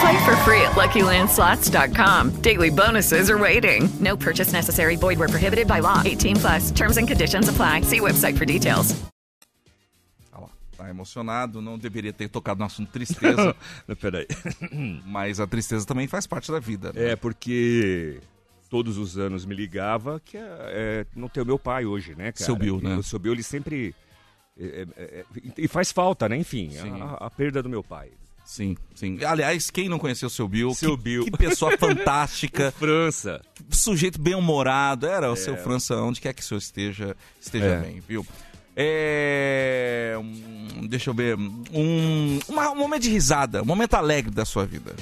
Speaker 1: Play for free at LuckyLandSlots.com. Daily bonuses are waiting. No purchase necessary. Void were prohibited by law. 18 plus. Terms and conditions apply. See website for details.
Speaker 5: Tá emocionado, não deveria ter tocado no assunto tristeza.
Speaker 6: Peraí.
Speaker 5: Mas a tristeza também faz parte da vida. né?
Speaker 6: É, porque todos os anos me ligava, que é, é, não tem o meu pai hoje, né, cara?
Speaker 5: Seu Bill, né?
Speaker 6: O seu Bill, ele sempre... é, é, é, e faz falta, né? Enfim,
Speaker 5: Sim.
Speaker 6: a, a perda do meu pai.
Speaker 5: Sim, sim. Aliás, quem não conheceu o seu Bill?
Speaker 6: Seu
Speaker 5: que,
Speaker 6: Bill.
Speaker 5: Que pessoa fantástica.
Speaker 6: França.
Speaker 5: Sujeito bem-humorado. Era o
Speaker 6: É.
Speaker 5: seu França, onde quer que o senhor esteja, esteja
Speaker 6: É.
Speaker 5: bem, viu? É. hum, Deixa eu ver. Um, uma- um momento de risada, um momento alegre da sua vida.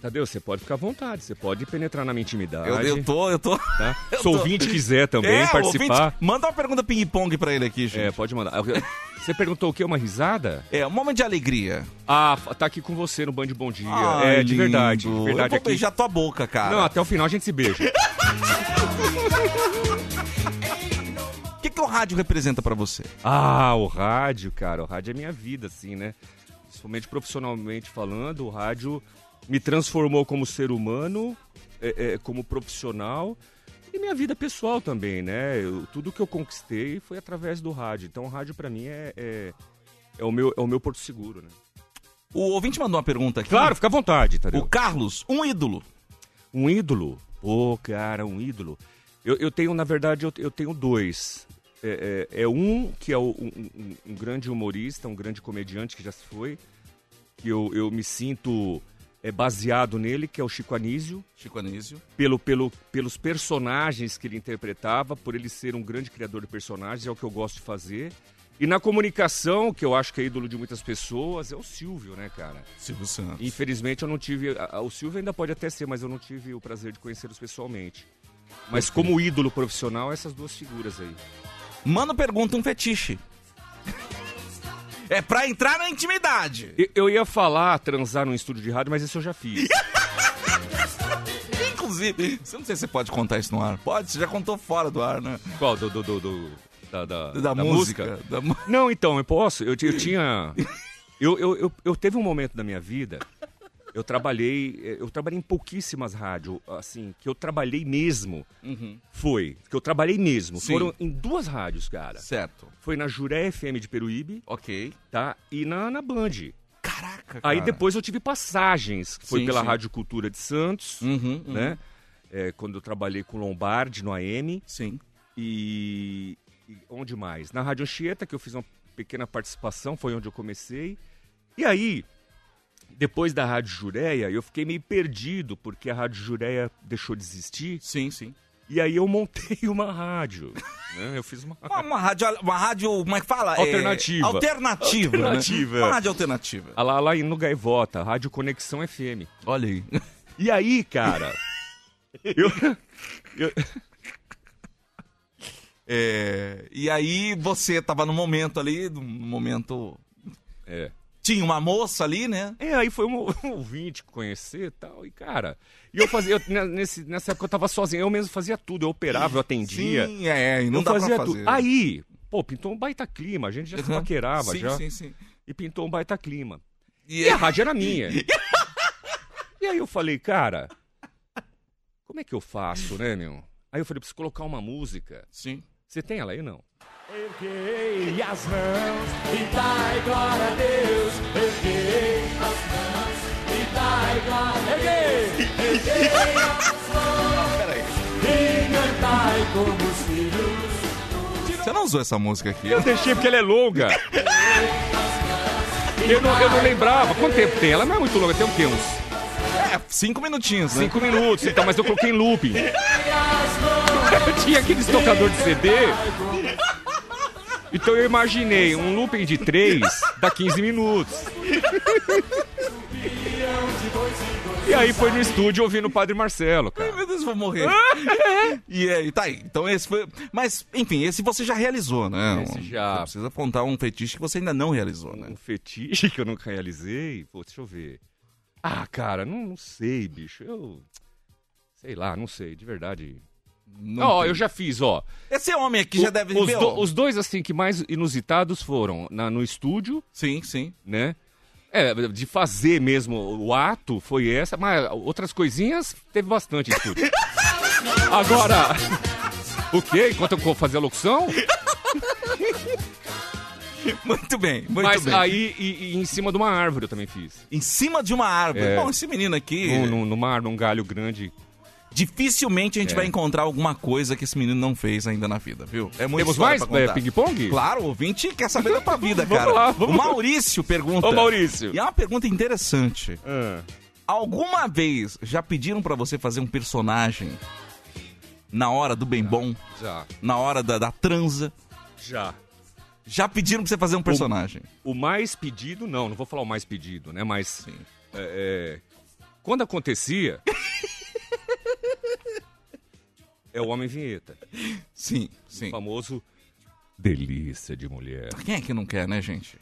Speaker 6: Tadeu, você pode ficar à vontade, você pode penetrar na minha intimidade.
Speaker 5: Eu, eu tô, eu tô.
Speaker 6: Tá?
Speaker 5: eu
Speaker 6: Se o
Speaker 5: tô-
Speaker 6: ouvinte quiser também
Speaker 5: É,
Speaker 6: participar.
Speaker 5: ouvinte, manda uma pergunta ping-pong pra ele aqui, gente.
Speaker 6: É, pode mandar. Você perguntou o que? Uma risada?
Speaker 5: É, um momento de alegria.
Speaker 6: Ah, tá aqui com você no Band Bom Dia.
Speaker 5: Ah,
Speaker 6: é, de
Speaker 5: lindo.
Speaker 6: verdade. De
Speaker 5: Eu
Speaker 6: verdade
Speaker 5: vou
Speaker 6: aqui.
Speaker 5: beijar tua boca, cara.
Speaker 6: Não, até o final a gente se beija.
Speaker 5: O que, que o rádio representa pra você?
Speaker 6: Ah, o rádio, cara. O rádio é minha vida, assim, né? Principalmente profissionalmente falando, o rádio me transformou como ser humano, é, é, como profissional e minha vida pessoal também, né? Eu- tudo que eu conquistei foi através do rádio. Então, o rádio pra mim é, é, é o meu, é o meu porto seguro, né?
Speaker 5: O ouvinte mandou uma pergunta aqui.
Speaker 6: Claro, fica à vontade, Tadeu.
Speaker 5: O Carlos, um ídolo.
Speaker 6: Um ídolo? Pô, cara, um ídolo. Eu, eu tenho, na verdade, eu, eu tenho dois. É, é- é um que é o- um, um- um grande humorista, um grande comediante que já se foi, que eu, eu me sinto é, baseado nele, que é o Chico Anísio
Speaker 5: Chico Anísio.
Speaker 6: pelo, pelo, pelos personagens que ele interpretava, por ele ser um grande criador de personagens, é o que eu gosto de fazer. E na comunicação, que eu acho que é ídolo de muitas pessoas, é o Silvio, né, cara?
Speaker 5: Silvio Santos.
Speaker 6: Infelizmente eu não tive. a- a- O Silvio ainda pode até ser, mas eu não tive o prazer de conhecê-los pessoalmente. Mas como ídolo profissional, essas duas figuras aí.
Speaker 5: Mano pergunta um fetiche. É pra entrar na intimidade.
Speaker 6: Eu, eu ia falar transar num estúdio de rádio, mas isso eu já fiz.
Speaker 5: Inclusive, você não sei se você pode contar isso no ar. Pode, você já contou fora do ar, né?
Speaker 6: Qual? Do. do, do, do- da, da,
Speaker 5: Da música, da mu-
Speaker 6: Não, então, eu posso. Eu, ti- eu tinha. Eu, eu, eu, eu teve um momento da minha vida. Eu trabalhei. eh, Eu trabalhei em pouquíssimas rádios, assim, que eu trabalhei mesmo.
Speaker 5: Uhum.
Speaker 6: Foi. Que eu trabalhei mesmo.
Speaker 5: Sim.
Speaker 6: Foram em duas rádios, cara.
Speaker 5: Certo.
Speaker 6: Foi na Juré FM de Peruíbe.
Speaker 5: Ok.
Speaker 6: Tá? E na, na Band.
Speaker 5: Caraca,
Speaker 6: Aí
Speaker 5: cara.
Speaker 6: depois eu tive passagens. que Foi
Speaker 5: Sim,
Speaker 6: pela
Speaker 5: sim.
Speaker 6: Rádio Cultura de Santos,
Speaker 5: Uhum, uhum.
Speaker 6: né? É, quando eu trabalhei com Lombardi no AM.
Speaker 5: Sim.
Speaker 6: E, e onde mais? Na Rádio Anchieta, que eu fiz uma pequena participação, foi onde eu comecei. E aí, depois da Rádio Jureia, eu fiquei meio perdido, porque a Rádio Jureia deixou de existir.
Speaker 5: Sim, sim.
Speaker 6: E aí eu montei uma rádio. né? Eu fiz uma
Speaker 5: Uma, uma rádio, uma rádio, como é que fala? É,
Speaker 6: Alternativa.
Speaker 5: alternativa. né?
Speaker 6: Alternativa.
Speaker 5: Uma rádio alternativa.
Speaker 6: Ah Lá, lá no Gaivota, Rádio Conexão FM.
Speaker 5: Olha aí.
Speaker 6: E aí, cara? eu, eu-
Speaker 5: É, e aí você tava num momento ali, num momento.
Speaker 6: É.
Speaker 5: Tinha uma moça ali, né?
Speaker 6: É, aí foi um, um ouvinte conhecer e tal, e cara. E eu fazia, eu, né, nesse, nessa época eu tava sozinho, eu mesmo fazia tudo, eu operava, eu atendia.
Speaker 5: Sim, é, e não
Speaker 6: eu
Speaker 5: dá pra
Speaker 6: fazia
Speaker 5: fazer.
Speaker 6: tudo. Aí, pô, pintou um baita clima, a gente já se
Speaker 5: Aham.
Speaker 6: paquerava
Speaker 5: Sim,
Speaker 6: já.
Speaker 5: sim, sim.
Speaker 6: E pintou um baita clima.
Speaker 5: E
Speaker 6: E a rádio era minha. E aí eu falei, cara, como é que eu faço, né, meu? Aí eu falei, preciso colocar uma música.
Speaker 5: Sim.
Speaker 6: Você tem ela aí, não?
Speaker 3: Erguei as mãos e dai glória a Deus. Erguei as mãos e dai glória a Deus. Erguei as mãos e cantai como os filhos.
Speaker 5: Você não usou essa música aqui?
Speaker 6: Eu deixei porque ela é longa. Eu não, eu não lembrava. Quanto tempo tem? Ela não é muito longa, tem o quê? Uns
Speaker 5: É, cinco minutinhos, né?
Speaker 6: cinco minutos, então, mas eu coloquei em looping. Eu tinha aqueles tocador de CD. Então eu imaginei um looping de três dá 15 minutos. E aí foi no estúdio ouvindo o Padre Marcelo, cara.
Speaker 5: Ai, meu Deus, eu vou morrer. e aí, tá aí. Então esse foi. Mas, enfim, esse você já realizou, né?
Speaker 6: Esse
Speaker 5: já. Você precisa apontar um fetiche que você ainda não realizou, né?
Speaker 6: um fetiche que eu nunca realizei? Pô, deixa eu ver. Ah, cara, não, não sei, bicho. Eu. Sei lá, não sei, de verdade.
Speaker 5: Não
Speaker 6: Ó,
Speaker 5: tem.
Speaker 6: eu já fiz, ó.
Speaker 5: Esse homem aqui já
Speaker 6: O-
Speaker 5: deve
Speaker 6: os,
Speaker 5: ver,
Speaker 6: do-
Speaker 5: ó.
Speaker 6: os dois, assim, que mais inusitados foram na- no estúdio,
Speaker 5: Sim, sim.
Speaker 6: né? É, de fazer mesmo o ato foi essa, mas outras coisinhas teve bastante estudo. Agora, o quê? Enquanto eu vou fazer a locução?
Speaker 5: Muito bem, muito
Speaker 6: Mas
Speaker 5: bem.
Speaker 6: aí, e, e em cima de uma árvore eu também fiz.
Speaker 5: Em cima de uma árvore?
Speaker 6: É.
Speaker 5: Bom, esse menino aqui.
Speaker 6: Num, num, numa árvore, num galho grande.
Speaker 5: Dificilmente a gente
Speaker 6: É.
Speaker 5: vai encontrar alguma coisa que esse menino não fez ainda na vida, viu? É muito
Speaker 6: Temos
Speaker 5: história
Speaker 6: mais,
Speaker 5: pra
Speaker 6: é,
Speaker 5: contar.
Speaker 6: ping-pong?
Speaker 5: Claro, o ouvinte quer saber da tua vida,
Speaker 6: Vamos
Speaker 5: cara.
Speaker 6: lá, vamos
Speaker 5: O
Speaker 6: lá.
Speaker 5: Maurício pergunta.
Speaker 6: Ô, Maurício. Ah.
Speaker 5: E é uma pergunta interessante. Alguma vez já pediram pra você fazer um personagem na hora do bem bom?
Speaker 6: Já.
Speaker 5: Na hora da, da transa?
Speaker 6: Já.
Speaker 5: Já pediram pra você fazer um personagem?
Speaker 6: O, o mais pedido, não, não vou falar o mais pedido, né? Mas. é, é, quando acontecia. é o Homem Vinheta.
Speaker 5: Sim, sim.
Speaker 6: O famoso Delícia de mulher.
Speaker 5: Quem é que não quer, né, gente?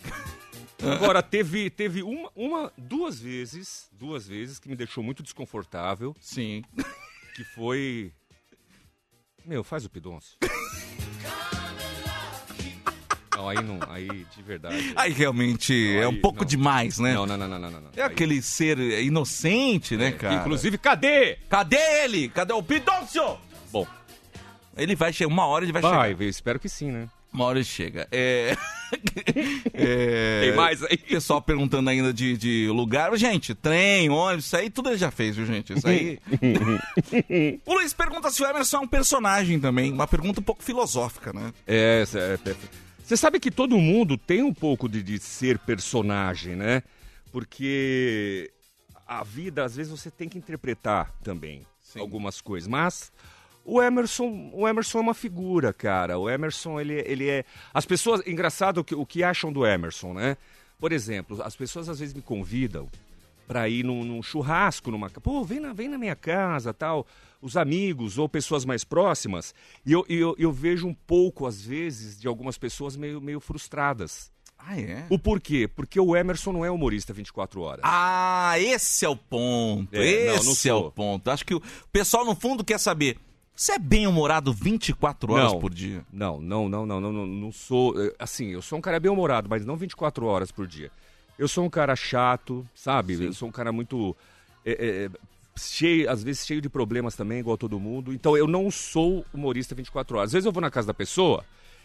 Speaker 6: Agora, teve, teve uma, uma, duas vezes, duas vezes que me deixou muito desconfortável.
Speaker 5: Sim.
Speaker 6: Que foi. Meu, faz o pidonço. não, aí não, aí de verdade.
Speaker 5: Aí realmente é um pouco demais, né?
Speaker 6: Não, não, não, não, não, não. É,
Speaker 5: É aquele ser inocente, né, cara?
Speaker 6: inclusive, cadê?
Speaker 5: Cadê ele? Cadê o Pidoncio?
Speaker 6: Bom.
Speaker 5: Ele vai chegar, uma hora ele vai,
Speaker 6: Vai,
Speaker 5: chegar.
Speaker 6: eu espero que sim, né?
Speaker 5: Uma hora ele chega. É... é...
Speaker 6: Tem mais aí?
Speaker 5: Pessoal perguntando ainda de, de lugar. Gente, trem, ônibus, isso aí tudo ele já fez, viu, gente? Isso aí... o Luiz pergunta se o Emerson é um personagem também. Uma pergunta um pouco filosófica, né?
Speaker 6: É, cê- é, é. Você sabe que todo mundo tem um pouco de, de ser personagem, né? Porque a vida, às vezes, você tem que interpretar também algumas coisas. Mas o Emerson, o Emerson é uma figura, cara. O Emerson, ele, ele é. As pessoas. Engraçado o que, o que acham do Emerson, né? Por exemplo, as pessoas às vezes me convidam para ir num, num churrasco, numa. ca- Pô, vem na, vem na minha casa, tal. Os amigos ou pessoas mais próximas. E eu, e eu, eu vejo um pouco, às vezes, de algumas pessoas meio, meio frustradas.
Speaker 5: Ah, é?
Speaker 6: O porquê? Porque o Emerson não é humorista 24 horas.
Speaker 5: Ah, esse é o ponto.
Speaker 6: É, não, não
Speaker 5: esse é
Speaker 6: sou.
Speaker 5: o ponto. Acho que o pessoal, no fundo, quer saber. Você é bem-humorado 24 horas
Speaker 6: não,
Speaker 5: por dia?
Speaker 6: Não, não, não, não, não, não, não sou. eh, Assim, eu sou um cara bem-humorado, mas não 24 horas por dia. Eu sou um cara chato, sabe? Eu sou um cara muito. eh, eh, cheio, às vezes cheio de problemas também, igual todo mundo. Então eu não sou humorista 24 horas. Às vezes eu vou na casa da pessoa.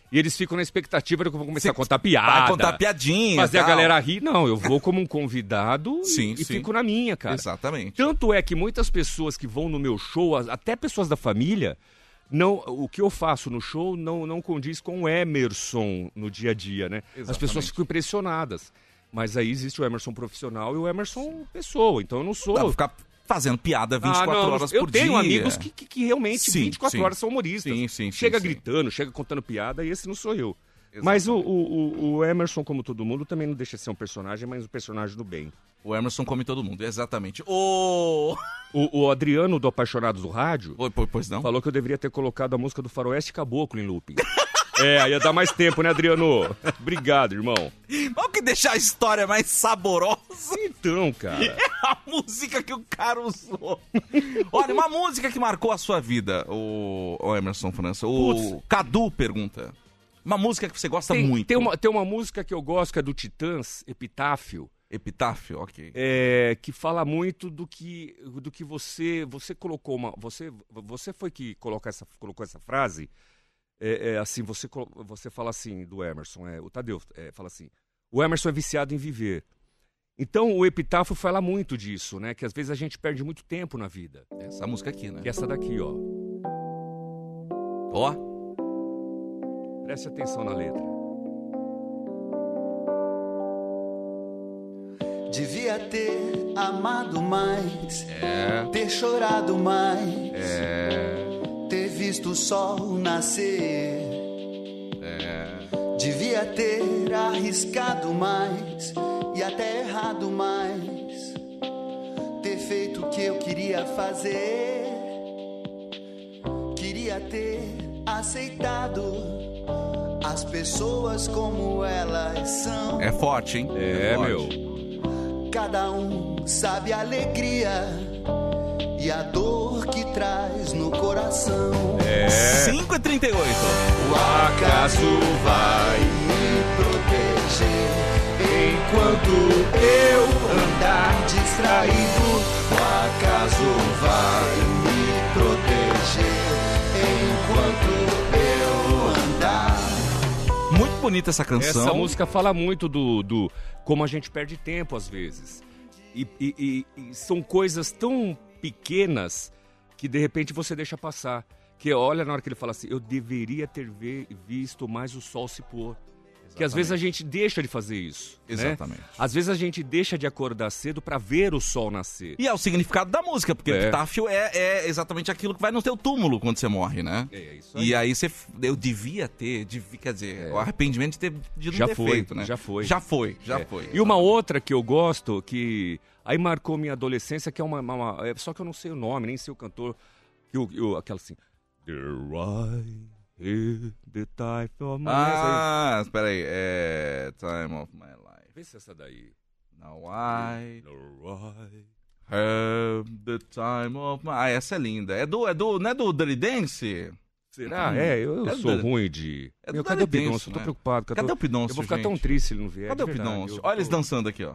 Speaker 6: E eles ficam na expectativa de que eu vou começar a contar piada.
Speaker 5: Vai contar piadinha,
Speaker 6: Fazer a
Speaker 5: tal.
Speaker 6: galera rir. Não, eu vou como um convidado e-
Speaker 5: Sim,
Speaker 6: e
Speaker 5: sim.
Speaker 6: fico na minha, cara.
Speaker 5: Exatamente.
Speaker 6: Tanto é que muitas pessoas que vão no meu show, as- até pessoas da família, não, o que eu faço no show não, não condiz com o Emerson no dia a dia, né? As
Speaker 5: Exatamente.
Speaker 6: pessoas ficam impressionadas. Mas aí existe o Emerson profissional e o Emerson pessoa. Então eu não sou.
Speaker 5: Dá pra ficar fazendo piada 24
Speaker 6: Ah, não,
Speaker 5: horas
Speaker 6: eu
Speaker 5: por dia.
Speaker 6: tenho amigos que, que- que realmente
Speaker 5: Sim,
Speaker 6: 24
Speaker 5: sim.
Speaker 6: horas são humoristas.
Speaker 5: Sim, sim, sim,
Speaker 6: chega
Speaker 5: sim.
Speaker 6: gritando, chega contando piada e esse não sou eu. Mas o, o- o- o Emerson, como todo mundo, também não deixa de ser um personagem, mas um personagem do bem.
Speaker 5: O Emerson come todo mundo, exatamente. O.
Speaker 6: O, o Adriano, do Apaixonados do Rádio,
Speaker 5: pois não?
Speaker 6: falou que eu deveria ter colocado a música do Faroeste Caboclo em looping. é, ia dar mais tempo, né, Adriano? Obrigado, irmão.
Speaker 5: Olha o que deixa a história mais saborosa.
Speaker 6: Então, cara.
Speaker 5: É a música que o cara usou. Olha, uma música que marcou a sua vida, o, o Emerson França. O
Speaker 6: Putz.
Speaker 5: Cadu pergunta. Uma música que você gosta
Speaker 6: Tem,
Speaker 5: muito.
Speaker 6: tem uma, tem uma música que eu gosto, que é do Titãs, Epitáfio.
Speaker 5: Epitáfio, ok.
Speaker 6: é, que fala muito do que do que você você colocou uma você você foi que coloca essa colocou essa frase é, é, assim você colo- você fala assim do Emerson é, o Tadeu é, fala assim o Emerson é viciado em viver então o epitáfio fala muito disso né que às vezes a gente perde muito tempo na vida
Speaker 5: Essa música aqui, né?
Speaker 6: que é essa daqui ó
Speaker 5: Ó.
Speaker 6: preste atenção na letra
Speaker 13: Devia ter amado mais,
Speaker 5: É.
Speaker 13: ter chorado mais,
Speaker 5: É.
Speaker 13: ter visto o sol nascer.
Speaker 5: É.
Speaker 13: Devia ter arriscado mais e até errado mais, ter feito o que eu queria fazer. Queria ter aceitado as pessoas como elas são.
Speaker 5: É forte, hein?
Speaker 6: É,
Speaker 5: forte.
Speaker 6: meu.
Speaker 13: Cada um sabe a alegria e a dor que traz no coração.
Speaker 6: É.
Speaker 5: 5 e 38
Speaker 13: O acaso vai me proteger em Quando eu andar distraído, o acaso vai me proteger. Enquanto eu andar.
Speaker 5: Muito bonita essa canção.
Speaker 6: Essa música fala muito do, do como a gente perde tempo às vezes. E, e- e- e são coisas tão pequenas que de repente você deixa passar. Que olha na hora que ele fala assim, eu deveria ter ve- visto mais o sol se pôr. Que às
Speaker 5: Exatamente.
Speaker 6: vezes a gente deixa de fazer isso. né?
Speaker 5: Exatamente.
Speaker 6: Às vezes a gente deixa de acordar cedo pra ver o sol nascer.
Speaker 5: E é o significado da música, porque
Speaker 6: É.
Speaker 5: epitáfio é, é exatamente aquilo que vai no teu túmulo quando você morre, né? É, isso aí. E aí você. f- Eu devia ter, devi- quer dizer, o arrependimento de ter de não
Speaker 6: É. já
Speaker 5: ter
Speaker 6: foi,
Speaker 5: feito, né?
Speaker 6: Já foi.
Speaker 5: Já foi, já
Speaker 6: É.
Speaker 5: foi.
Speaker 6: E uma outra que eu gosto, que aí marcou minha adolescência, que é uma. uma- uma- é, só que eu não sei o nome, nem sei o cantor. Que eu, eu- aquela assim. There I hear the type of my
Speaker 5: Ah, espera aí. É. Time of my life.
Speaker 6: Vê se essa daí.
Speaker 5: Now I. Have uh, the time of my. Ah, essa é linda. É do. É do não é do Dirty Dance?
Speaker 6: Será? É, eu, eu
Speaker 5: É do
Speaker 6: sou
Speaker 5: Dirty-
Speaker 6: ruim de.
Speaker 5: É do
Speaker 6: Meu, cadê o
Speaker 5: Dirty Dance,
Speaker 6: Pidoncio? Eu tô
Speaker 5: né?
Speaker 6: preocupado.
Speaker 5: Cadê, o Pidoncio?
Speaker 6: Eu vou ficar
Speaker 5: gente?
Speaker 6: tão triste se ele não vier.
Speaker 5: Cadê
Speaker 6: de
Speaker 5: o
Speaker 6: verdade,
Speaker 5: Pidoncio?
Speaker 6: eu
Speaker 5: Olha eles
Speaker 6: tô-
Speaker 5: dançando aqui, ó.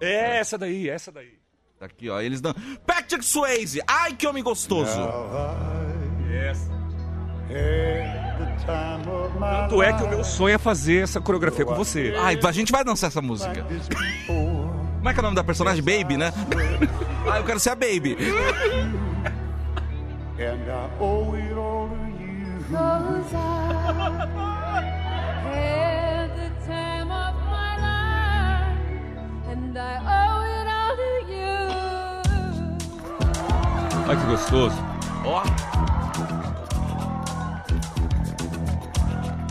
Speaker 6: É, essa daí, essa daí.
Speaker 5: Tá aqui, ó. Eles dan... Patrick Swayze! Ai, que homem gostoso!
Speaker 6: Tanto é que o meu sonho é fazer essa coreografia com você.
Speaker 5: Ai, a gente vai dançar essa música. Como é que é o nome da personagem? Baby, né? ah, eu quero ser a Baby.
Speaker 13: And I
Speaker 3: owe it all to you. Cause I had the time of my life, and I owe it all to you.
Speaker 6: Ai, que gostoso.
Speaker 5: Ó.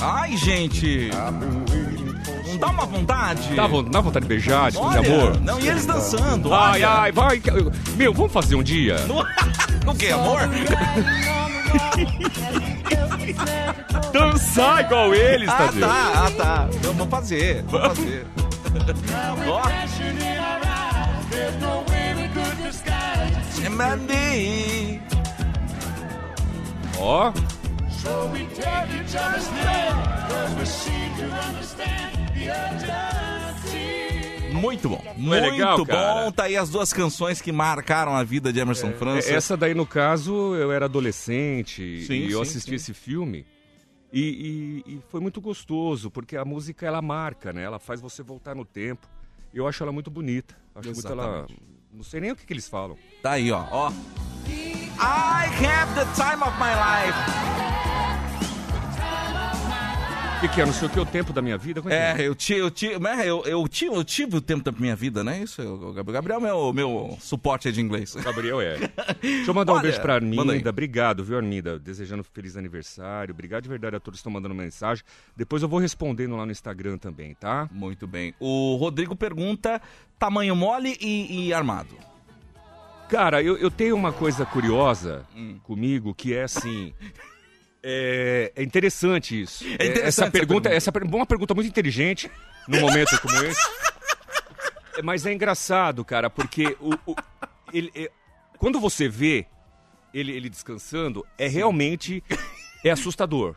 Speaker 5: Ai, gente. Não dá uma vontade?
Speaker 6: Dá, von- dá vontade de beijar, de
Speaker 5: Olha,
Speaker 6: fazer amor?
Speaker 5: não, e eles dançando,
Speaker 6: Ai,
Speaker 5: olha.
Speaker 6: ai, vai. que- Meu, vamos fazer um dia?
Speaker 5: O quê, amor?
Speaker 6: Dançar igual eles,
Speaker 5: ah,
Speaker 6: Tadeu.
Speaker 5: tá, ah, tá. Então vamos fazer, vamos fazer. Ó. É Mandy.
Speaker 6: Ó.
Speaker 5: Muito bom.
Speaker 6: Não é
Speaker 5: Muito
Speaker 6: legal,
Speaker 5: bom.
Speaker 6: cara? É,
Speaker 5: Tá aí as duas canções que marcaram a vida de Emerson França.
Speaker 6: Essa daí, no caso, eu era adolescente
Speaker 5: Sim,
Speaker 6: e eu
Speaker 5: sim,
Speaker 6: assisti
Speaker 5: sim.
Speaker 6: esse filme. E, e- e foi muito gostoso, porque a música ela marca, né? Ela faz você voltar no tempo. Eu acho ela muito bonita. Acho muito ela.
Speaker 5: Exatamente.
Speaker 6: Não sei nem o que, que eles falam.
Speaker 5: Tá aí, ó. ó. I have the time of my life.
Speaker 6: O que, que é? Não sei o que é o tempo da minha vida. Como
Speaker 5: É, eu tive, eu tive, né, eu, eu tive, eu tive o tempo da minha vida, né? Isso, eu, Gabriel, Gabriel é o meu suporte aí de inglês.
Speaker 6: Gabriel é. Deixa eu mandar um
Speaker 5: Olha,
Speaker 6: beijo pra
Speaker 5: manda aí.
Speaker 6: Arminda. Obrigado, viu, Arminda? Desejando feliz aniversário. Obrigado de verdade a todos que estão mandando mensagem. Depois eu vou respondendo lá no Instagram também, tá?
Speaker 5: Muito bem. O Rodrigo pergunta tamanho mole e, e armado.
Speaker 6: Cara, eu, eu tenho uma coisa curiosa comigo que é assim. É, é interessante isso.
Speaker 5: É interessante
Speaker 6: essa
Speaker 5: essa
Speaker 6: pergunta,
Speaker 5: pergunta.
Speaker 6: essa per- uma pergunta muito inteligente num momento como esse. É, Mas é engraçado, cara, porque o, o- ele- é- quando você vê ele, ele descansando, é realmente é assustador.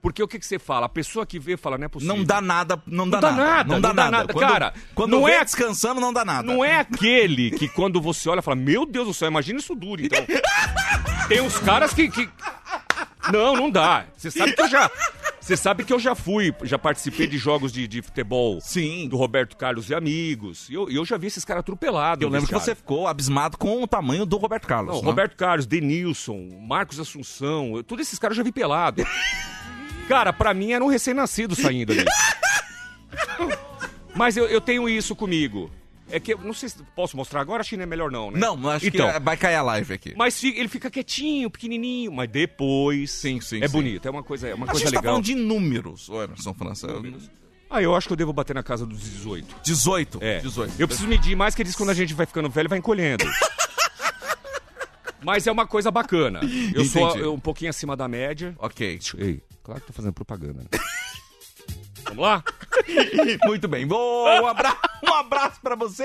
Speaker 6: Porque o que, que você fala? A pessoa que vê fala, não é possível.
Speaker 5: Não dá nada, não dá,
Speaker 6: Não dá nada,
Speaker 5: não dá nada. Quando-
Speaker 6: cara.
Speaker 5: quando
Speaker 6: não
Speaker 5: vê
Speaker 6: é
Speaker 5: descansando, não dá nada.
Speaker 6: Não é aquele que quando você olha fala, meu Deus do céu, imagina isso duro, então. Tem uns caras que, que- Não, não dá. Você sabe que eu já. Você sabe que eu já fui, já participei de jogos de, de futebol
Speaker 5: Sim.
Speaker 6: do Roberto Carlos e amigos. E eu, e eu já vi esses caras atropelados.
Speaker 5: Eu lembro que você ficou abismado com o tamanho do Roberto Carlos.
Speaker 6: Não,
Speaker 5: né?
Speaker 6: Roberto Carlos, Denilson, Marcos Assunção, eu- todos esses caras eu já vi pelado. Cara, pra mim era um recém-nascido saindo ali. Mas eu, eu tenho isso comigo. É que eu não sei se posso mostrar agora, acho que não é melhor não, né?
Speaker 5: Não, acho
Speaker 6: então,
Speaker 5: que é- vai cair a live aqui.
Speaker 6: Mas fi- ele fica quietinho, pequenininho, mas depois sim, sim, é
Speaker 5: sim.
Speaker 6: bonito, é uma coisa, é uma
Speaker 5: a
Speaker 6: coisa
Speaker 5: gente tá
Speaker 6: legal.
Speaker 5: falando de números, ô Emerson França.
Speaker 6: Ah, eu acho que eu devo bater na casa dos 18.
Speaker 5: 18?
Speaker 6: É.
Speaker 5: 18.
Speaker 6: Eu preciso medir mais que diz que quando a gente vai ficando velho vai encolhendo. Mas é uma coisa bacana. Eu sou
Speaker 5: Entendi.
Speaker 6: eu, um pouquinho acima da média.
Speaker 5: Ok.
Speaker 6: Ei, claro que tô fazendo propaganda. né? Vamos lá?
Speaker 5: Muito bem. Boa, um abraço, um abraço pra você.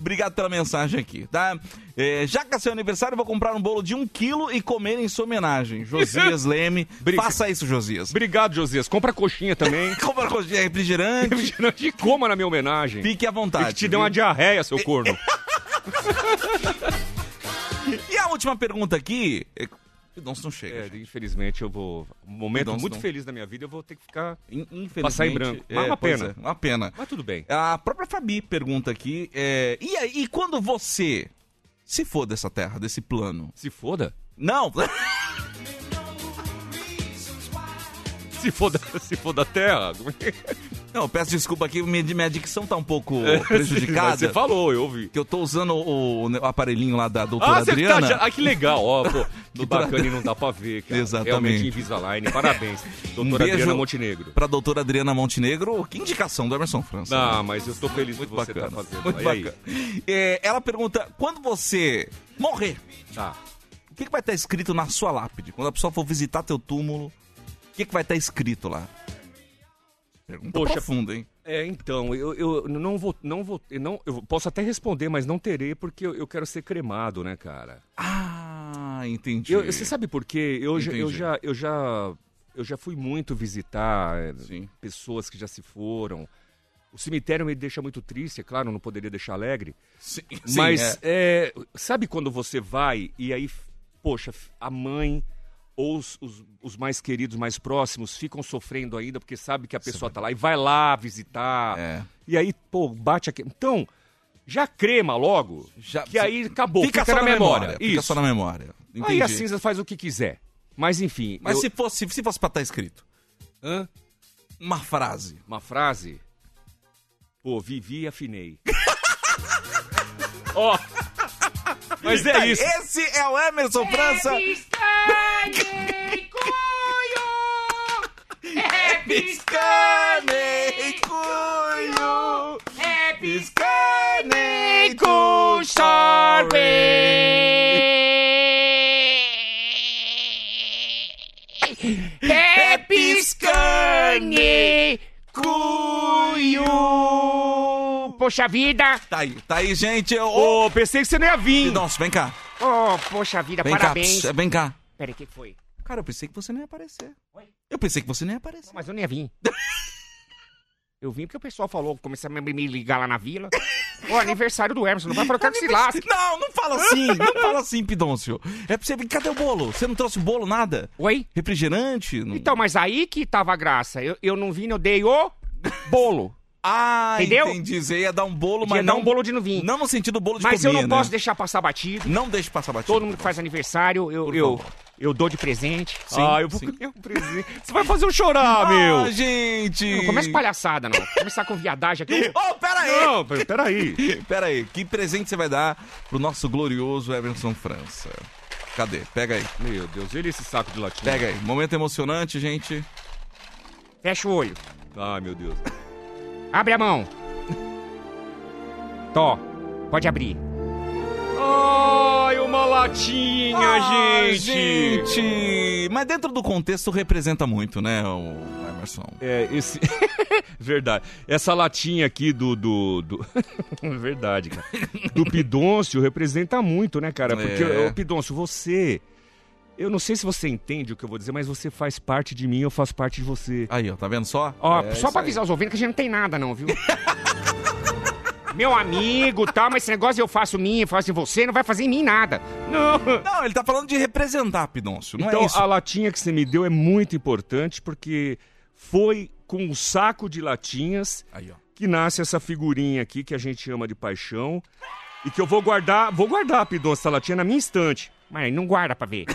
Speaker 5: Obrigado pela mensagem aqui, tá? É, já que é seu aniversário, eu vou comprar um bolo de um quilo e comer em sua homenagem. Josias Leme. Faça isso, Josias.
Speaker 6: Obrigado, Josias. Compra coxinha também.
Speaker 5: Compra coxinha, refrigerante.
Speaker 6: Refrigerante e coma na minha homenagem.
Speaker 5: Fique à vontade,
Speaker 6: E que te dê
Speaker 5: viu?
Speaker 6: uma diarreia, seu corno.
Speaker 5: E a última pergunta aqui. é- Não, não chega.
Speaker 6: É,
Speaker 5: gente.
Speaker 6: infelizmente eu vou. Um momento
Speaker 5: Não,
Speaker 6: muito
Speaker 5: não.
Speaker 6: feliz da minha vida, eu vou ter que ficar.
Speaker 5: Infelizmente,
Speaker 6: Passar em branco.
Speaker 5: é,
Speaker 6: Mas uma
Speaker 5: pois
Speaker 6: pena.
Speaker 5: é, uma pena.
Speaker 6: Mas tudo bem.
Speaker 5: A própria Fabi pergunta aqui: é, e aí, e quando você se for dessa terra, desse plano?
Speaker 6: Se foda?
Speaker 5: Não!
Speaker 6: se for da, se for da terra.
Speaker 5: Não, eu peço desculpa aqui, minha, minha dicção tá um pouco
Speaker 6: É,
Speaker 5: prejudicada.
Speaker 6: mas você falou, eu ouvi.
Speaker 5: Que eu tô usando o, o aparelhinho lá da doutora Adriana.
Speaker 6: já- Ah, que legal. Ó, pô, que
Speaker 5: Doutora
Speaker 6: bacana e não dá pra ver, cara.
Speaker 5: Exatamente.
Speaker 6: Realmente Invisalign. Parabéns.
Speaker 5: Um
Speaker 6: Doutora
Speaker 5: beijo
Speaker 6: Adriana Montenegro.
Speaker 5: Pra doutora Adriana Montenegro, que indicação do Emerson França. né?
Speaker 6: Ah, mas eu tô feliz que você tá fazendo.
Speaker 5: Muito
Speaker 6: E aí?
Speaker 5: bacana. É, ela pergunta: quando você morrer,
Speaker 6: Tá.
Speaker 5: o que, que vai estar escrito na sua lápide? Quando a pessoa for visitar teu túmulo, o que, que vai estar escrito lá? Pergunta profunda, hein?
Speaker 6: É, então, eu, eu não vou. Não vou eu não, eu posso até responder, mas não terei, porque eu, eu quero ser cremado, né, cara?
Speaker 5: Ah, entendi.
Speaker 6: Eu- você sabe por quê? Eu, já- eu
Speaker 5: Entendi.
Speaker 6: já, eu já, eu já fui muito visitar eh, pessoas que já se foram. O cemitério me deixa muito triste, é claro, não poderia deixar alegre.
Speaker 5: Sim, sim, é.
Speaker 6: Mas eh, sabe quando você vai e aí, f- poxa, f- a mãe ou os, os- os mais queridos, mais próximos ficam sofrendo ainda porque sabe que a pessoa tá lá e vai lá visitar.
Speaker 5: É.
Speaker 6: E aí, pô, bate aqui. Então, já crema logo, que aí acabou, fica, na memória.
Speaker 5: Fica só
Speaker 6: Isso.
Speaker 5: na memória.
Speaker 6: Aí assim,
Speaker 5: Entendi.
Speaker 6: a cinza faz o que quiser. Mas enfim.
Speaker 5: Mas
Speaker 6: eu-
Speaker 5: se fosse, se fosse pra estar escrito,
Speaker 6: Hã?
Speaker 5: uma frase.
Speaker 6: Uma frase? Pô, vivi é e afinei. Ó. Mas é
Speaker 5: Tá,
Speaker 6: isso.
Speaker 5: Esse é o Emerson França.
Speaker 16: É piscane cuyo, é piscane com sorvete. É piscane cuyo. Poxa vida.
Speaker 5: Tá aí, tá aí, gente. Ô,
Speaker 6: pensei que você não ia vir.
Speaker 5: Nossa, vem cá.
Speaker 16: Oh, poxa vida,
Speaker 5: Vem
Speaker 16: parabéns.
Speaker 5: cá. pss, Vem cá.
Speaker 16: Peraí, o que que foi?
Speaker 5: Cara, eu pensei que você não ia aparecer. Eu pensei que você não ia aparecer.
Speaker 16: Mas eu nem ia vir. Eu vim porque o pessoal falou, começou a me- me ligar lá na vila. Ô, aniversário do Emerson, não vai falar eu quero que se lasque.
Speaker 5: Não, não fala assim, não fala assim, Pidoncio. É pra você vir, cadê o bolo? Você não trouxe bolo, nada?
Speaker 16: Oi?
Speaker 5: Refrigerante? Não...
Speaker 16: Então, mas aí que tava a graça. Eu, eu não vim, eu dei o bolo.
Speaker 5: Ah,
Speaker 16: Entendeu?
Speaker 5: entendi. Você ia dar um bolo,
Speaker 16: Podia
Speaker 5: mas
Speaker 16: dar
Speaker 5: não...
Speaker 16: um bolo de não vir.
Speaker 5: Não no sentido bolo de
Speaker 16: Mas eu
Speaker 5: comer,
Speaker 16: não
Speaker 5: né?
Speaker 16: posso deixar passar batido.
Speaker 5: Não deixe passar batido. Tá
Speaker 16: Todo mundo que faz aniversário, eu, eu, eu dou de presente.
Speaker 5: Sim,
Speaker 16: ah, eu vou
Speaker 5: sim.
Speaker 16: comer um presente. Você vai fazer eu chorar,
Speaker 5: Ah,
Speaker 16: meu.
Speaker 5: gente!
Speaker 16: Não começa palhaçada, não. Começar com viadagem aqui.
Speaker 5: Ô, peraí!
Speaker 6: Não, pera- peraí.
Speaker 5: peraí, que presente você vai dar pro nosso glorioso Everson França? Cadê? Pega aí.
Speaker 6: Meu Deus, ele é esse saco de latinha.
Speaker 5: Pega aí. Momento emocionante, gente.
Speaker 16: Fecha o olho.
Speaker 6: Ai, meu Deus.
Speaker 16: Abre a mão. Tó, pode abrir.
Speaker 6: Ai, uma latinha,
Speaker 5: Ah,
Speaker 6: gente.
Speaker 5: gente! Mas dentro do contexto representa muito, né, o Emerson?
Speaker 6: É, esse. Verdade. Essa latinha aqui do. do, do- Verdade, cara. Do Pidôncio representa muito, né, cara? Porque,
Speaker 5: É.
Speaker 6: ô, Pidôncio, você. Eu não sei se você entende o que eu vou dizer, mas você faz parte de mim, eu faço parte de você.
Speaker 5: Aí, ó, tá vendo só?
Speaker 16: Ó, só pra avisar os ouvintes que a gente não tem nada, não, viu? Meu amigo, tá, mas esse negócio eu faço minha, eu faço em você, não vai fazer em mim nada. Não.
Speaker 5: Não, ele tá falando de representar, Pidoncio, não
Speaker 6: então,
Speaker 5: é isso?
Speaker 6: a latinha que você me deu é muito importante, porque foi com um saco de latinhas
Speaker 5: Aí, ó.
Speaker 6: que nasce essa figurinha aqui que a gente ama de paixão. E que eu vou guardar, vou guardar, Pidon, essa latinha na minha estante.
Speaker 16: Mas não guarda pra ver.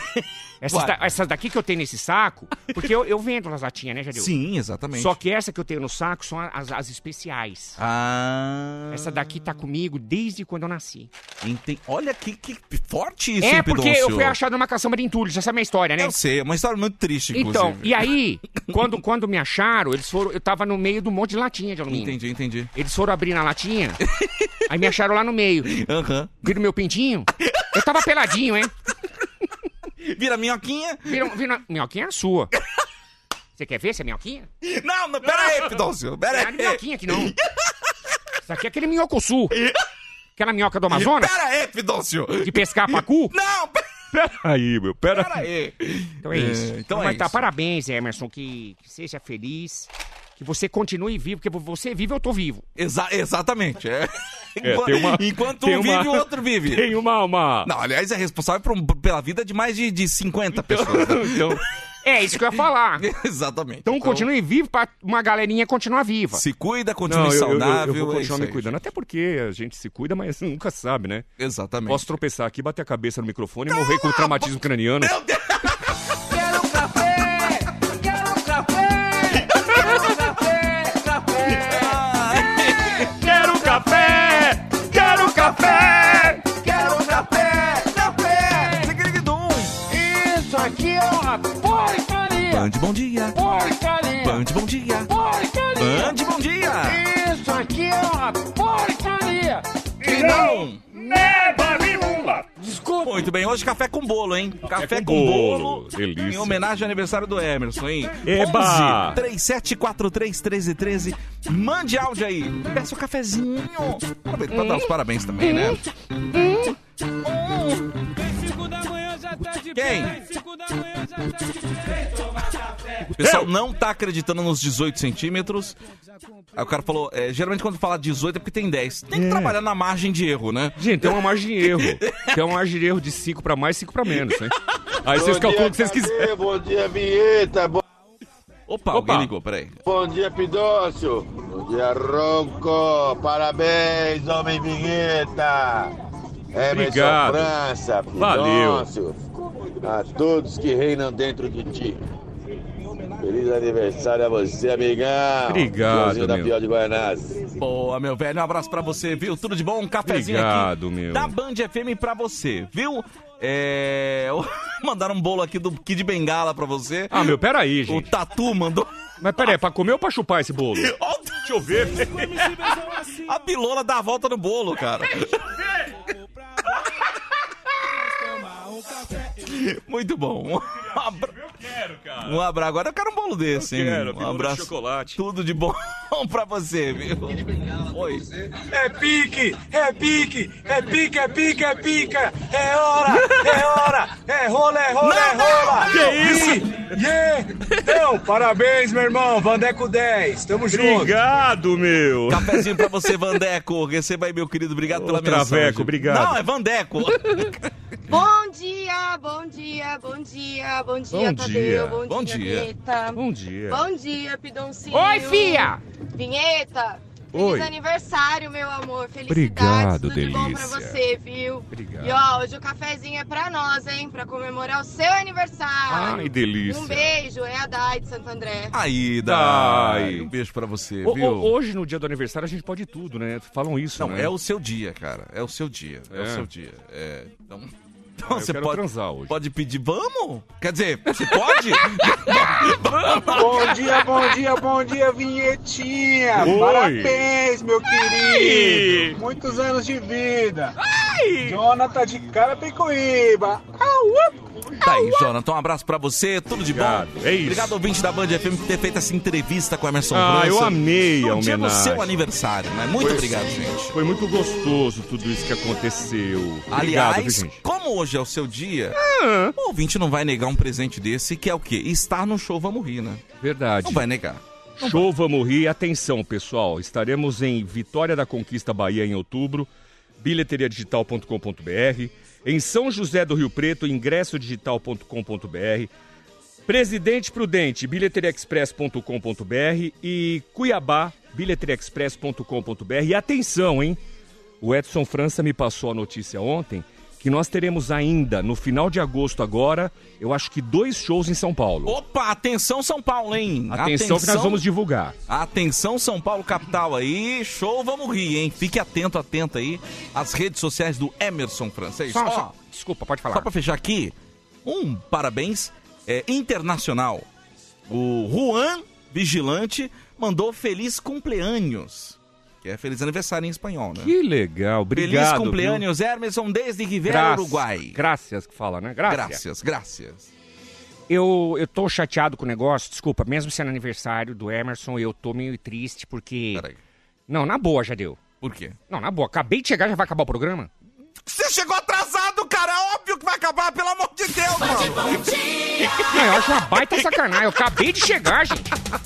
Speaker 16: Essas,
Speaker 6: Guarda.
Speaker 16: da- essas daqui que eu tenho nesse saco, porque eu, eu vendo as latinhas, né, Jadil?
Speaker 5: Sim, exatamente.
Speaker 16: Só que essa que eu tenho no saco são as, as especiais.
Speaker 5: Ah.
Speaker 16: Essa daqui tá comigo desde quando eu nasci.
Speaker 5: Enten- Olha que, que forte isso,
Speaker 16: é
Speaker 5: hein,
Speaker 16: porque eu
Speaker 5: Pidoncio?
Speaker 16: fui achado numa caçamba de entulhos, essa é a minha história, né?
Speaker 5: Eu sei, é uma história muito triste, inclusive.
Speaker 16: Então, e aí, quando, quando me acharam, eles foram. Eu tava no meio de um monte de latinha de alumínio.
Speaker 5: Entendi, entendi.
Speaker 16: Eles foram abrir na latinha, aí me acharam lá no meio.
Speaker 5: Aham.
Speaker 16: Viram meu pintinho? Eu tava peladinho, hein?
Speaker 5: Vira minhoquinha?
Speaker 16: Viram, viram... Minhoquinha é a sua. Você quer ver essa minhoquinha?
Speaker 5: Não, não, pera aí, Pidoncio, pera aí.
Speaker 16: Não, não é minhoquinha aqui não. Isso aqui é aquele minhoco sul. Aquela minhoca do Amazonas.
Speaker 5: Pera aí, Pidoncio.
Speaker 16: De pescar pacu.
Speaker 5: Não,
Speaker 6: Peraí, meu, pera.
Speaker 5: aí.
Speaker 16: Então é isso. então Mas tá, parabéns, Emerson, que, que seja feliz, que você continue vivo, porque você vive, eu tô vivo.
Speaker 5: Exa- exatamente. É.
Speaker 16: É,
Speaker 5: Enqua-
Speaker 16: tem uma-
Speaker 5: Enquanto
Speaker 16: tem
Speaker 5: um
Speaker 16: uma-
Speaker 5: vive, o outro vive.
Speaker 6: tem uma- uma-
Speaker 5: Não, aliás, é responsável por- pela vida de mais de, de
Speaker 16: Então,
Speaker 5: 50 pessoas. né?
Speaker 16: É isso que eu ia falar.
Speaker 5: Exatamente.
Speaker 16: Então continue vivo pra uma galerinha continuar viva.
Speaker 5: Se cuida,
Speaker 6: Não,
Speaker 5: continue
Speaker 6: eu, eu- eu-
Speaker 5: saudável.
Speaker 6: Eu, vou
Speaker 5: é
Speaker 6: continuar
Speaker 5: isso
Speaker 6: me
Speaker 5: aí.
Speaker 6: cuidando. Até porque a gente se cuida, mas nunca sabe, né?
Speaker 5: Exatamente.
Speaker 6: Posso tropeçar aqui, bater a cabeça no microfone e morrer com traumatismo craniano.
Speaker 3: Quero um café, quero um café, quero um café, café. Quero um café, quero um café, quero um café, café. Isso aqui é uma porcaria,
Speaker 5: Band, bom dia.
Speaker 3: porcaria,
Speaker 5: Band, bom dia.
Speaker 3: porcaria.
Speaker 5: Band, bom dia.
Speaker 3: Isso aqui é uma porcaria.
Speaker 5: E não
Speaker 3: leva nenhuma.
Speaker 5: Desculpa. Muito bem, hoje café com bolo, hein? Café,
Speaker 6: com
Speaker 5: com bolo.
Speaker 6: bolo. Delícia.
Speaker 5: Em homenagem ao aniversário do Emerson, hein?
Speaker 6: Eba!
Speaker 5: 37431313. Mande áudio aí. Peça o cafezinho. Aproveita pra dar os parabéns também, né? Quem? O pessoal não tá acreditando nos 18 centímetros. Aí o cara falou, é, geralmente quando fala 18 é porque tem 10. Tem que trabalhar na margem de erro, né?
Speaker 6: Gente, tem uma margem de erro. Tem uma margem de erro de 5 pra mais, 5 pra menos, hein? Aí vocês calculam o que vocês quiserem.
Speaker 17: Bom dia, vinheta. Bom...
Speaker 5: Opa, alguém ligou, peraí.
Speaker 17: Bom dia, Pidócio. Bom dia, Ronco. Parabéns, homem vinheta. Emerson
Speaker 6: Obrigado.
Speaker 17: França,
Speaker 6: Valeu.
Speaker 17: Pidócio. A todos que reinam dentro de ti. Feliz aniversário a você, amigão.
Speaker 5: Obrigado,
Speaker 17: Joãozinho da
Speaker 5: meu.
Speaker 17: Pior de Guaianazes.
Speaker 5: Boa, meu velho. Um abraço pra você, viu? Tudo de bom? Um cafezinho
Speaker 6: Obrigado,
Speaker 5: aqui
Speaker 6: meu.
Speaker 5: da Band FM pra você, viu? É... Mandaram um bolo aqui do Kid Bengala pra você.
Speaker 6: Ah, meu, peraí, gente.
Speaker 5: O Tatu mandou...
Speaker 6: Mas peraí, é pra comer ou pra chupar esse bolo?
Speaker 5: Deixa eu ver. A pilola dá a volta no bolo, cara. Muito bom. Um abra... Eu quero, cara. Um abraço. Agora eu quero um bolo desse, hein?
Speaker 6: quero,
Speaker 5: um
Speaker 6: pilola de
Speaker 5: abraço.
Speaker 6: chocolate.
Speaker 5: Tudo de bom pra você, viu? Oi.
Speaker 3: É pique, é pique, é pique, é pique, é pica. É hora, é hora, é rola, é rola, é rola.
Speaker 6: Que isso?
Speaker 3: E- Yeah. Então, parabéns, meu irmão. Vandeco 10. Tamo junto.
Speaker 6: Obrigado, meu.
Speaker 5: Cafezinho pra você, Vandeco. Receba aí, meu querido. Obrigado pela
Speaker 6: Traveco,
Speaker 5: mensagem.
Speaker 6: obrigado.
Speaker 5: Não, é Vandeco.
Speaker 18: Bom dia, bom dia, bom dia, Ah, bom dia,
Speaker 5: Bom dia,
Speaker 18: Tadeu, bom,
Speaker 5: bom
Speaker 18: dia,
Speaker 5: dia.
Speaker 18: Vinheta.
Speaker 6: Bom dia.
Speaker 18: Bom dia, Pidoncinho.
Speaker 6: Oi, fia!
Speaker 18: Vinheta,
Speaker 6: Oi.
Speaker 18: feliz aniversário, meu amor, felicidades,
Speaker 6: Obrigado,
Speaker 18: tudo de bom pra
Speaker 6: delícia.
Speaker 18: você, viu?
Speaker 6: Obrigado.
Speaker 18: E ó, hoje o cafezinho é pra nós, hein, pra comemorar o seu aniversário.
Speaker 5: Ai, delícia.
Speaker 18: Um beijo, é a Dai de Santo André.
Speaker 5: Aí, Dai.
Speaker 6: Dai.
Speaker 5: Um beijo pra você,
Speaker 6: O- o-
Speaker 5: viu?
Speaker 6: hoje, no dia do aniversário, a gente pode tudo, né? Falam isso,
Speaker 5: Não,
Speaker 6: né?
Speaker 5: é o seu dia, cara. É o seu dia. É, o
Speaker 6: É. Ah,
Speaker 5: seu dia. É, Então, então
Speaker 6: eu
Speaker 5: você
Speaker 6: quero
Speaker 5: pode,
Speaker 6: transar hoje.
Speaker 5: pode pedir, vamos? Quer dizer, você pode?
Speaker 3: Bom dia, bom dia, bom dia, vinhetinha.
Speaker 5: Oi.
Speaker 3: Parabéns, meu
Speaker 5: Ai.
Speaker 3: querido. Muitos anos de vida. Jonathan de Carapicuíba. Au, up.
Speaker 5: tá aí, Jonathan. Um abraço pra você, tudo de bom.
Speaker 6: é isso.
Speaker 5: Obrigado, ouvinte da Band FM, por ter feito essa entrevista com o Emerson
Speaker 6: Ah,
Speaker 5: França.
Speaker 6: eu amei a
Speaker 5: No Um dia do
Speaker 6: homenagem.
Speaker 5: seu aniversário, né? Muito
Speaker 6: Foi-
Speaker 5: obrigado, gente.
Speaker 6: Foi muito gostoso tudo isso que aconteceu. Obrigado,
Speaker 5: Aliás,
Speaker 6: viu, gente? Ah.
Speaker 5: como hoje é o seu dia, o ouvinte não vai negar um presente desse, que é o quê? Estar no show Vamos Rir, né?
Speaker 6: Verdade.
Speaker 5: Não vai negar.
Speaker 6: Show Vamos Rir. Atenção, pessoal. Estaremos em Vitória da Conquista Bahia em outubro, bilheteriadigital.com.br, em São José do Rio Preto, ingressodigital.com.br, Presidente Prudente, bilheteriaexpress.com.br e Cuiabá, bilheteriaexpress.com.br. E atenção, hein? O Edson França me passou a notícia ontem que nós teremos ainda, no final de agosto agora, eu acho que dois shows em São Paulo.
Speaker 5: Opa, atenção São Paulo, hein?
Speaker 6: Atenção, que nós vamos divulgar.
Speaker 5: Atenção São Paulo capital aí, show, vamos rir, hein? Fique atento, atento aí às redes sociais do Emerson Francês.
Speaker 16: Só-
Speaker 5: Ó,
Speaker 16: só- desculpa, pode falar.
Speaker 5: Só pra fechar aqui, um parabéns é, internacional. O Juan Vigilante mandou feliz cumpleaños. Que é feliz aniversário em espanhol, né?
Speaker 6: Que legal, obrigado.
Speaker 5: feliz
Speaker 6: viu?
Speaker 5: cumpleaños, Emerson, desde Rivera,
Speaker 6: Graças-
Speaker 5: Uruguai.
Speaker 6: Graças que fala, né? Graças.
Speaker 5: Graças, graças.
Speaker 16: eu, eu tô chateado com o negócio, desculpa, mesmo sendo aniversário do Emerson, eu tô meio triste porque. Peraí. Não, na boa já deu.
Speaker 3: Por quê?
Speaker 16: Não, na boa, acabei de chegar, já vai acabar o programa?
Speaker 3: Você chegou atrasado, cara. É óbvio que vai acabar, pelo amor de Deus, mano.
Speaker 16: Não, eu acho uma baita sacanagem, eu acabei de chegar, gente.